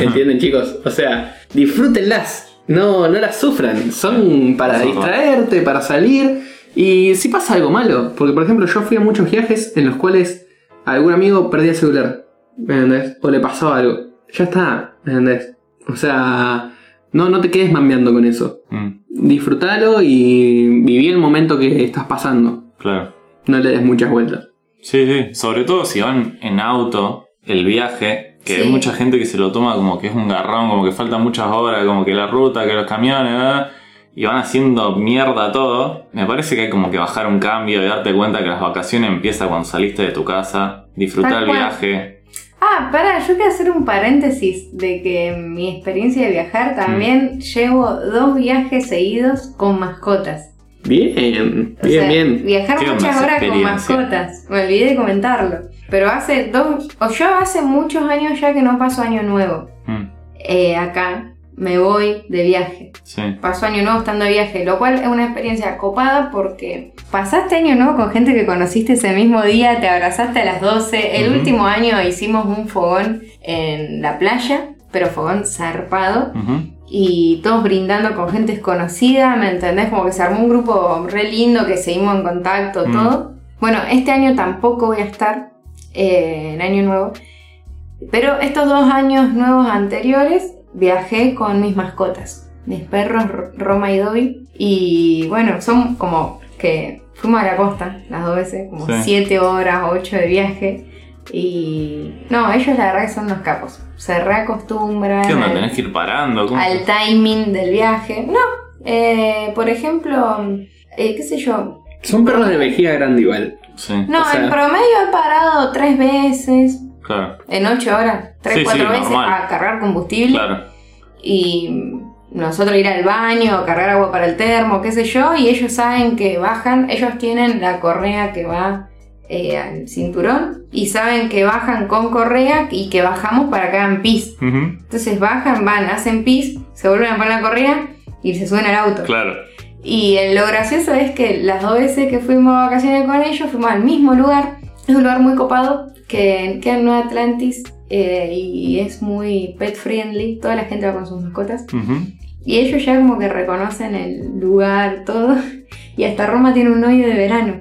Speaker 1: ¿Entienden, chicos? O sea, disfrútenlas. No, no las sufran. Son para
Speaker 3: Son
Speaker 1: distraerte, para salir. Y si pasa algo malo, porque por ejemplo yo fui a muchos viajes en los cuales algún amigo perdía el celular. ¿Me entendés? O le pasó algo. Ya está, ¿me entendés? O sea, no, no te quedes mameando con eso.
Speaker 3: Mm,
Speaker 1: Disfrútalo y viví el momento que estás pasando.
Speaker 3: claro.
Speaker 1: No le des muchas vueltas.
Speaker 3: Sí, sí. Sobre todo si van en auto, el viaje, que
Speaker 2: Sí.
Speaker 3: hay mucha gente que se lo toma como que es un garrón, como que faltan muchas horas, como que la ruta, que los camiones, ¿verdad? y van haciendo mierda todo. Me parece que hay como que bajar un cambio y darte cuenta que las vacaciones empiezan cuando saliste de tu casa, disfrutar
Speaker 2: Tal
Speaker 3: el
Speaker 2: cual.
Speaker 3: viaje.
Speaker 2: Ah, para, yo quiero hacer un paréntesis de que en mi experiencia de viajar
Speaker 1: Mm.
Speaker 2: también llevo dos viajes seguidos con mascotas.
Speaker 1: Bien, bien,
Speaker 2: O sea,
Speaker 1: bien.
Speaker 2: Viajar
Speaker 3: Qué
Speaker 2: muchas
Speaker 3: onda esa
Speaker 2: horas con
Speaker 3: experiencia.
Speaker 2: mascotas. Me olvidé de comentarlo. Pero hace dos, o yo hace muchos años ya que no paso año nuevo
Speaker 3: Mm,
Speaker 2: eh, acá. Me voy de viaje.
Speaker 3: sí.
Speaker 2: Paso año nuevo estando de viaje, lo cual es una experiencia copada porque pasaste año nuevo con gente que conociste ese mismo día, te abrazaste a las 12. El
Speaker 3: Ujú.
Speaker 2: último año hicimos un fogón en la playa, pero fogón zarpado
Speaker 3: Ujú.
Speaker 2: y todos brindando con gente desconocida, ¿me entendés? Como que se armó un grupo re lindo que seguimos en contacto,
Speaker 3: Mm.
Speaker 2: todo. Bueno, este año tampoco voy a estar eh, en Año Nuevo, pero estos dos años nuevos anteriores viajé con mis mascotas, mis perros Ro- Roma y Dobby, y bueno, son como que fuimos a la costa las dos veces, como
Speaker 3: Sí.
Speaker 2: 7 horas, 8 de viaje. Y no, ellos la verdad que son unos capos. Se reacostumbran.
Speaker 3: ¿Qué onda?
Speaker 2: al-
Speaker 3: ¿Tenés que ir parando? ¿Cómo?
Speaker 2: Eh, al timing del viaje. No, eh, por ejemplo, eh, qué sé yo.
Speaker 1: Son perros de vejiga grande igual.
Speaker 3: Sí,
Speaker 2: No,
Speaker 1: O sea-
Speaker 2: en promedio he parado tres veces,
Speaker 3: claro,
Speaker 2: en ocho horas, tres,
Speaker 3: Sí,
Speaker 2: cuatro
Speaker 3: sí,
Speaker 2: veces
Speaker 3: normal.
Speaker 2: a cargar combustible
Speaker 3: claro.
Speaker 2: y mm, nosotros ir al baño, cargar agua para el termo, qué sé yo, y ellos saben que bajan, ellos tienen la correa que va eh, al cinturón y saben que bajan con correa y que bajamos para que hagan pis.
Speaker 3: Ujú,
Speaker 2: Entonces bajan, van, hacen pis, se vuelven a poner la correa y se suben al auto.
Speaker 3: Claro.
Speaker 2: Y eh, lo gracioso es que las dos veces que fuimos a vacaciones con ellos, fuimos al mismo lugar. Es un lugar muy copado que queda en Nueva Atlantis eh, y es muy pet friendly. Toda la gente va con sus mascotas.
Speaker 3: Ujú.
Speaker 2: Y ellos ya como que reconocen el lugar, todo. Y hasta Roma tiene un hoyo de verano.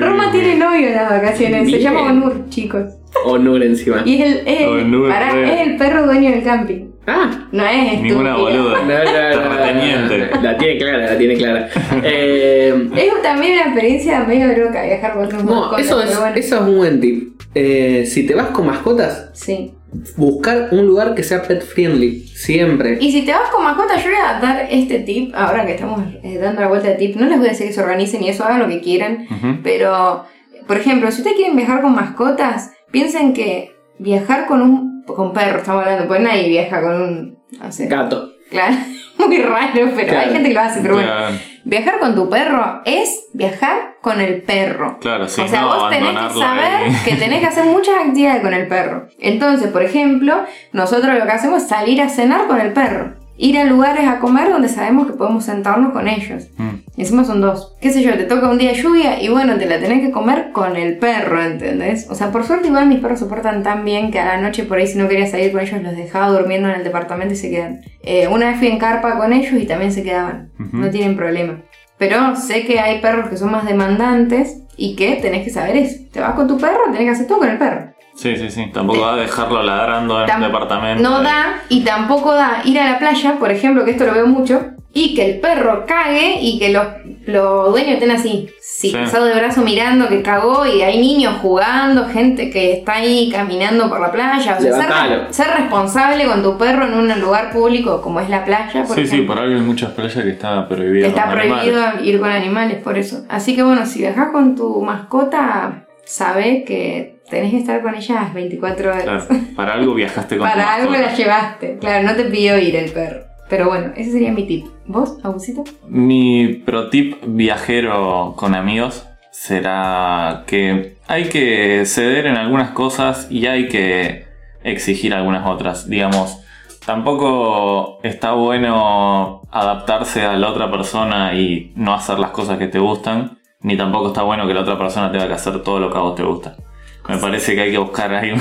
Speaker 2: Roma tiene novio en las vacaciones. Se
Speaker 1: Bien.
Speaker 2: llama Onur, chicos.
Speaker 1: O Nure encima.
Speaker 2: Y es el, es el-
Speaker 3: Onur,
Speaker 2: pará,
Speaker 3: re.
Speaker 2: es el perro dueño del camping.
Speaker 1: Ah,
Speaker 2: No es
Speaker 3: Ninguna
Speaker 2: estúpido.
Speaker 3: boluda.
Speaker 1: la, la,
Speaker 3: Terrateniente.
Speaker 1: la tiene clara, la tiene clara. Eh,
Speaker 2: Es también una experiencia medio loca viajar con tus
Speaker 1: no,
Speaker 2: mascotas,
Speaker 1: eso es,
Speaker 2: pero bueno.
Speaker 1: eso es un buen tip. Eh, si te vas con mascotas,
Speaker 2: Sí.
Speaker 1: buscar un lugar que sea pet friendly. Siempre.
Speaker 2: Y si te vas con mascota, yo voy a dar este tip, ahora que estamos eh, dando la vuelta de tip, no les voy a decir que se organicen y eso, hagan lo que quieran,
Speaker 3: Ujú.
Speaker 2: pero, por ejemplo, si ustedes quieren viajar con mascotas, piensen que viajar con un... con perro, estamos hablando, pues nadie viaja con un... no sé,
Speaker 1: Gato.
Speaker 2: claro, muy raro, pero
Speaker 1: Claro.
Speaker 2: hay gente que lo hace, pero bueno.
Speaker 3: Claro,
Speaker 2: Viajar con tu perro es viajar con el perro.
Speaker 3: claro, sí.
Speaker 2: o sea,
Speaker 3: no
Speaker 2: vos tenés que
Speaker 3: abandonarlo
Speaker 2: saber
Speaker 3: ahí.
Speaker 2: que tenés que hacer muchas actividades con el perro. Entonces, por ejemplo, nosotros lo que hacemos es salir a cenar con el perro. Ir a lugares a comer donde sabemos que podemos sentarnos con ellos.
Speaker 3: Mm,
Speaker 2: Encima son dos. Qué sé yo, te toca un día de lluvia y bueno, te la tenés que comer con el perro, ¿entendés? O sea, por suerte igual mis perros soportan tan bien que a la noche por ahí si no quería salir con ellos los dejaba durmiendo en el departamento y se quedan. Eh, una vez fui en carpa con ellos y también se quedaban.
Speaker 3: Ujú.
Speaker 2: No tienen problema. Pero sé que hay perros que son más demandantes y que tenés que saber eso. Te vas con tu perro, tenés que hacer todo con el perro.
Speaker 3: Sí, sí, sí. Tampoco va a dejarlo ladrando en
Speaker 2: Tam-
Speaker 3: un departamento.
Speaker 2: No da y tampoco da ir a la playa, por ejemplo, que esto lo veo mucho, y que el perro cague y que los, los dueños estén así, sí,
Speaker 3: Sí.
Speaker 2: cruzado de brazo mirando que cagó y hay niños jugando, gente que está ahí caminando por la playa. O sea, ser-
Speaker 1: Levantalo.
Speaker 2: ser, responsable con tu perro en un lugar público como es la playa, por
Speaker 3: Sí, sí,
Speaker 2: ejemplo.
Speaker 3: por algo hay muchas playas que está prohibido.
Speaker 2: Está
Speaker 3: con animales.
Speaker 2: prohibido ir con animales, por eso. Así que bueno, si viajas con tu mascota, sabe que tenés que estar con ella las 24 horas.
Speaker 3: Claro, para algo viajaste con tu
Speaker 2: Para algo
Speaker 3: mascota.
Speaker 2: la llevaste. Claro, no te pidió ir el perro. Pero bueno, ese sería mi tip. ¿Vos, Agusito?
Speaker 3: Mi pro tip viajero con amigos será que hay que ceder en algunas cosas y hay que exigir algunas otras. Digamos, tampoco está bueno adaptarse a la otra persona y no hacer las cosas que te gustan, ni tampoco está bueno que la otra persona tenga que hacer todo lo que a vos te gusta. Me parece que hay que buscar ahí un,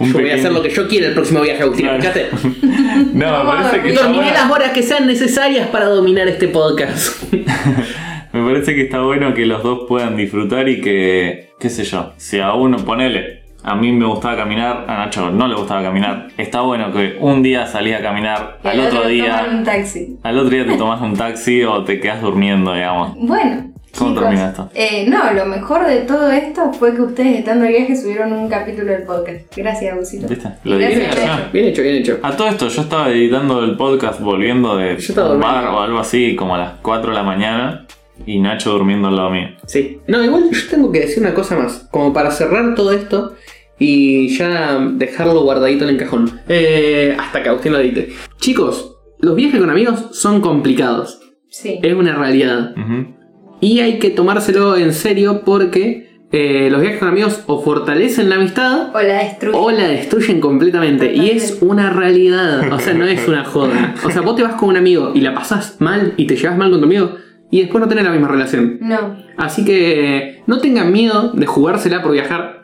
Speaker 3: un
Speaker 1: Yo voy a
Speaker 3: pequeño-
Speaker 1: hacer lo que yo quiera el próximo viaje, Agustín.
Speaker 3: Claro.
Speaker 1: fíjate.
Speaker 3: No, me
Speaker 2: Vamos a
Speaker 3: parece que
Speaker 2: dormir.
Speaker 3: está
Speaker 1: Dormiré
Speaker 3: bueno.
Speaker 1: las horas que sean necesarias para dominar este podcast.
Speaker 3: Me parece que está bueno que los dos puedan disfrutar y que, qué sé yo, si a uno, ponele, a mí me gustaba caminar, a Nacho no le gustaba caminar, está bueno que un día salís a caminar,
Speaker 2: Y
Speaker 3: al otro
Speaker 2: toman un
Speaker 3: día,
Speaker 2: taxi.
Speaker 3: al otro día te tomás un taxi o te quedas durmiendo, digamos.
Speaker 2: Bueno.
Speaker 3: ¿Cómo
Speaker 2: chicos,
Speaker 3: termina esto?
Speaker 2: eh, no, lo mejor de todo esto fue que ustedes estando de viaje subieron un capítulo del podcast. Gracias, Abusito.
Speaker 3: ¿Viste? Lo
Speaker 2: Gracias,
Speaker 3: dije,
Speaker 2: Nacho.
Speaker 3: ¿no?
Speaker 1: Bien hecho, bien hecho.
Speaker 3: A todo esto, yo estaba editando el podcast volviendo de
Speaker 1: Yo estaba
Speaker 3: un bar
Speaker 1: durmiendo.
Speaker 3: o algo así, como a las 4 de la mañana, y Nacho durmiendo al lado mío.
Speaker 1: Sí. No, igual yo tengo que decir una cosa más. Como para cerrar todo esto y ya dejarlo guardadito en el cajón. Eh, hasta que Agustín lo edite. Chicos, los viajes con amigos son complicados.
Speaker 2: Sí.
Speaker 1: Es una realidad.
Speaker 3: Ujú.
Speaker 1: Y hay que tomárselo en serio porque eh, los viajes con amigos o fortalecen la amistad
Speaker 2: O la destruyen.
Speaker 1: o la destruyen completamente. Y es una realidad. O sea, no es una joda. O sea, vos te vas con un amigo y la pasás mal y te llevas mal con tu amigo y después no tenés la misma relación.
Speaker 2: No.
Speaker 1: Así que no tengan miedo de jugársela por viajar,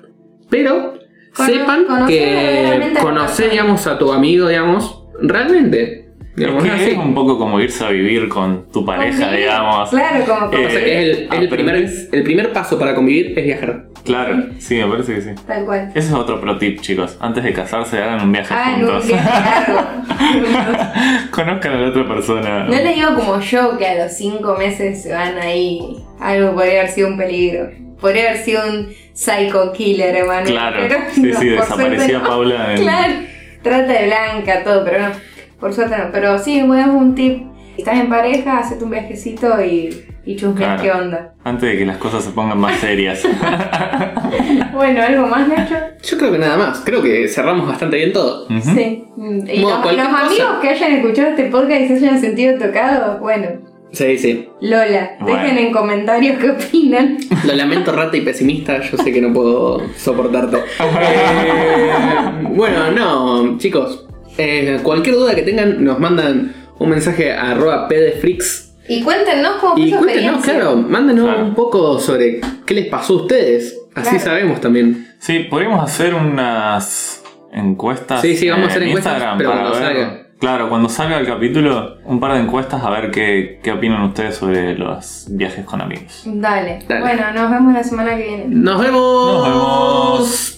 Speaker 1: pero
Speaker 2: Cono-
Speaker 1: sepan
Speaker 2: conocer
Speaker 1: que
Speaker 2: verdaderamente a la
Speaker 1: conocer,
Speaker 2: persona.
Speaker 1: digamos, a tu amigo, digamos, realmente.
Speaker 3: Es
Speaker 1: Digamos,
Speaker 3: que
Speaker 1: es así.
Speaker 3: es un poco como irse a vivir con tu pareja,
Speaker 2: Convivir.
Speaker 3: digamos.
Speaker 2: Claro, como
Speaker 3: Eh,
Speaker 1: O sea, que es el, es el primer,
Speaker 3: aprendes.
Speaker 1: el primer paso para convivir es viajar.
Speaker 3: Claro, sí, me parece que sí.
Speaker 2: tal cual.
Speaker 3: Ese es otro pro tip, chicos. Antes de casarse, hagan un viaje
Speaker 2: Ah, en un
Speaker 3: juntos.
Speaker 2: viaje largo.
Speaker 3: Conozcan a la otra persona.
Speaker 2: No les digo como yo que a los cinco meses se van ahí. Algo podría haber sido un peligro. Podría haber sido un psycho killer, hermano.
Speaker 3: Claro.
Speaker 2: Pero
Speaker 3: sí,
Speaker 2: no,
Speaker 3: sí,
Speaker 2: por
Speaker 3: desaparecía
Speaker 2: suerte no.
Speaker 3: Paula en-
Speaker 2: Claro. Trata de blanca, todo, pero no. Por suerte no. Pero sí, bueno, es un tip. Si Estás en pareja, hacete un viajecito y, y chusmeas
Speaker 3: Claro.
Speaker 2: qué onda.
Speaker 3: Antes de que las cosas se pongan más serias.
Speaker 2: Bueno, ¿algo más, Nacho?
Speaker 1: Yo creo que nada más, creo que cerramos bastante bien todo.
Speaker 3: Ujú.
Speaker 2: Sí. Mm, Y
Speaker 1: Bueno,
Speaker 2: los,
Speaker 1: cualquier
Speaker 2: los amigos
Speaker 1: cosa.
Speaker 2: que hayan escuchado este podcast y se hayan sentido tocados, bueno,
Speaker 1: Sí, sí.
Speaker 2: Lola,
Speaker 3: Bueno.
Speaker 2: dejen en comentarios qué opinan.
Speaker 1: Lo lamento rata y pesimista, yo sé que no puedo soportarte. Eh, bueno, no, chicos. eh, cualquier duda que tengan, nos mandan un mensaje a arroba pdfreaks
Speaker 2: Y cuéntenos cómo fue
Speaker 1: Y
Speaker 2: su
Speaker 1: cuéntenos,
Speaker 2: experiencia.
Speaker 1: claro, mándenos
Speaker 3: Claro.
Speaker 1: un poco sobre qué les pasó a ustedes. Así
Speaker 2: Claro.
Speaker 1: sabemos también.
Speaker 3: Sí, podríamos hacer unas encuestas.
Speaker 1: Sí, sí, vamos a
Speaker 3: eh,
Speaker 1: hacer
Speaker 3: en
Speaker 1: encuestas,
Speaker 3: Instagram
Speaker 1: pero
Speaker 3: para
Speaker 1: cuando
Speaker 3: ver-
Speaker 1: salga.
Speaker 3: Claro, cuando salga el capítulo, un par de encuestas a ver qué, qué opinan ustedes sobre los viajes con amigos.
Speaker 2: Dale.
Speaker 1: Dale.
Speaker 2: Bueno, nos vemos la semana que viene.
Speaker 1: Nos vemos.
Speaker 3: Nos vemos.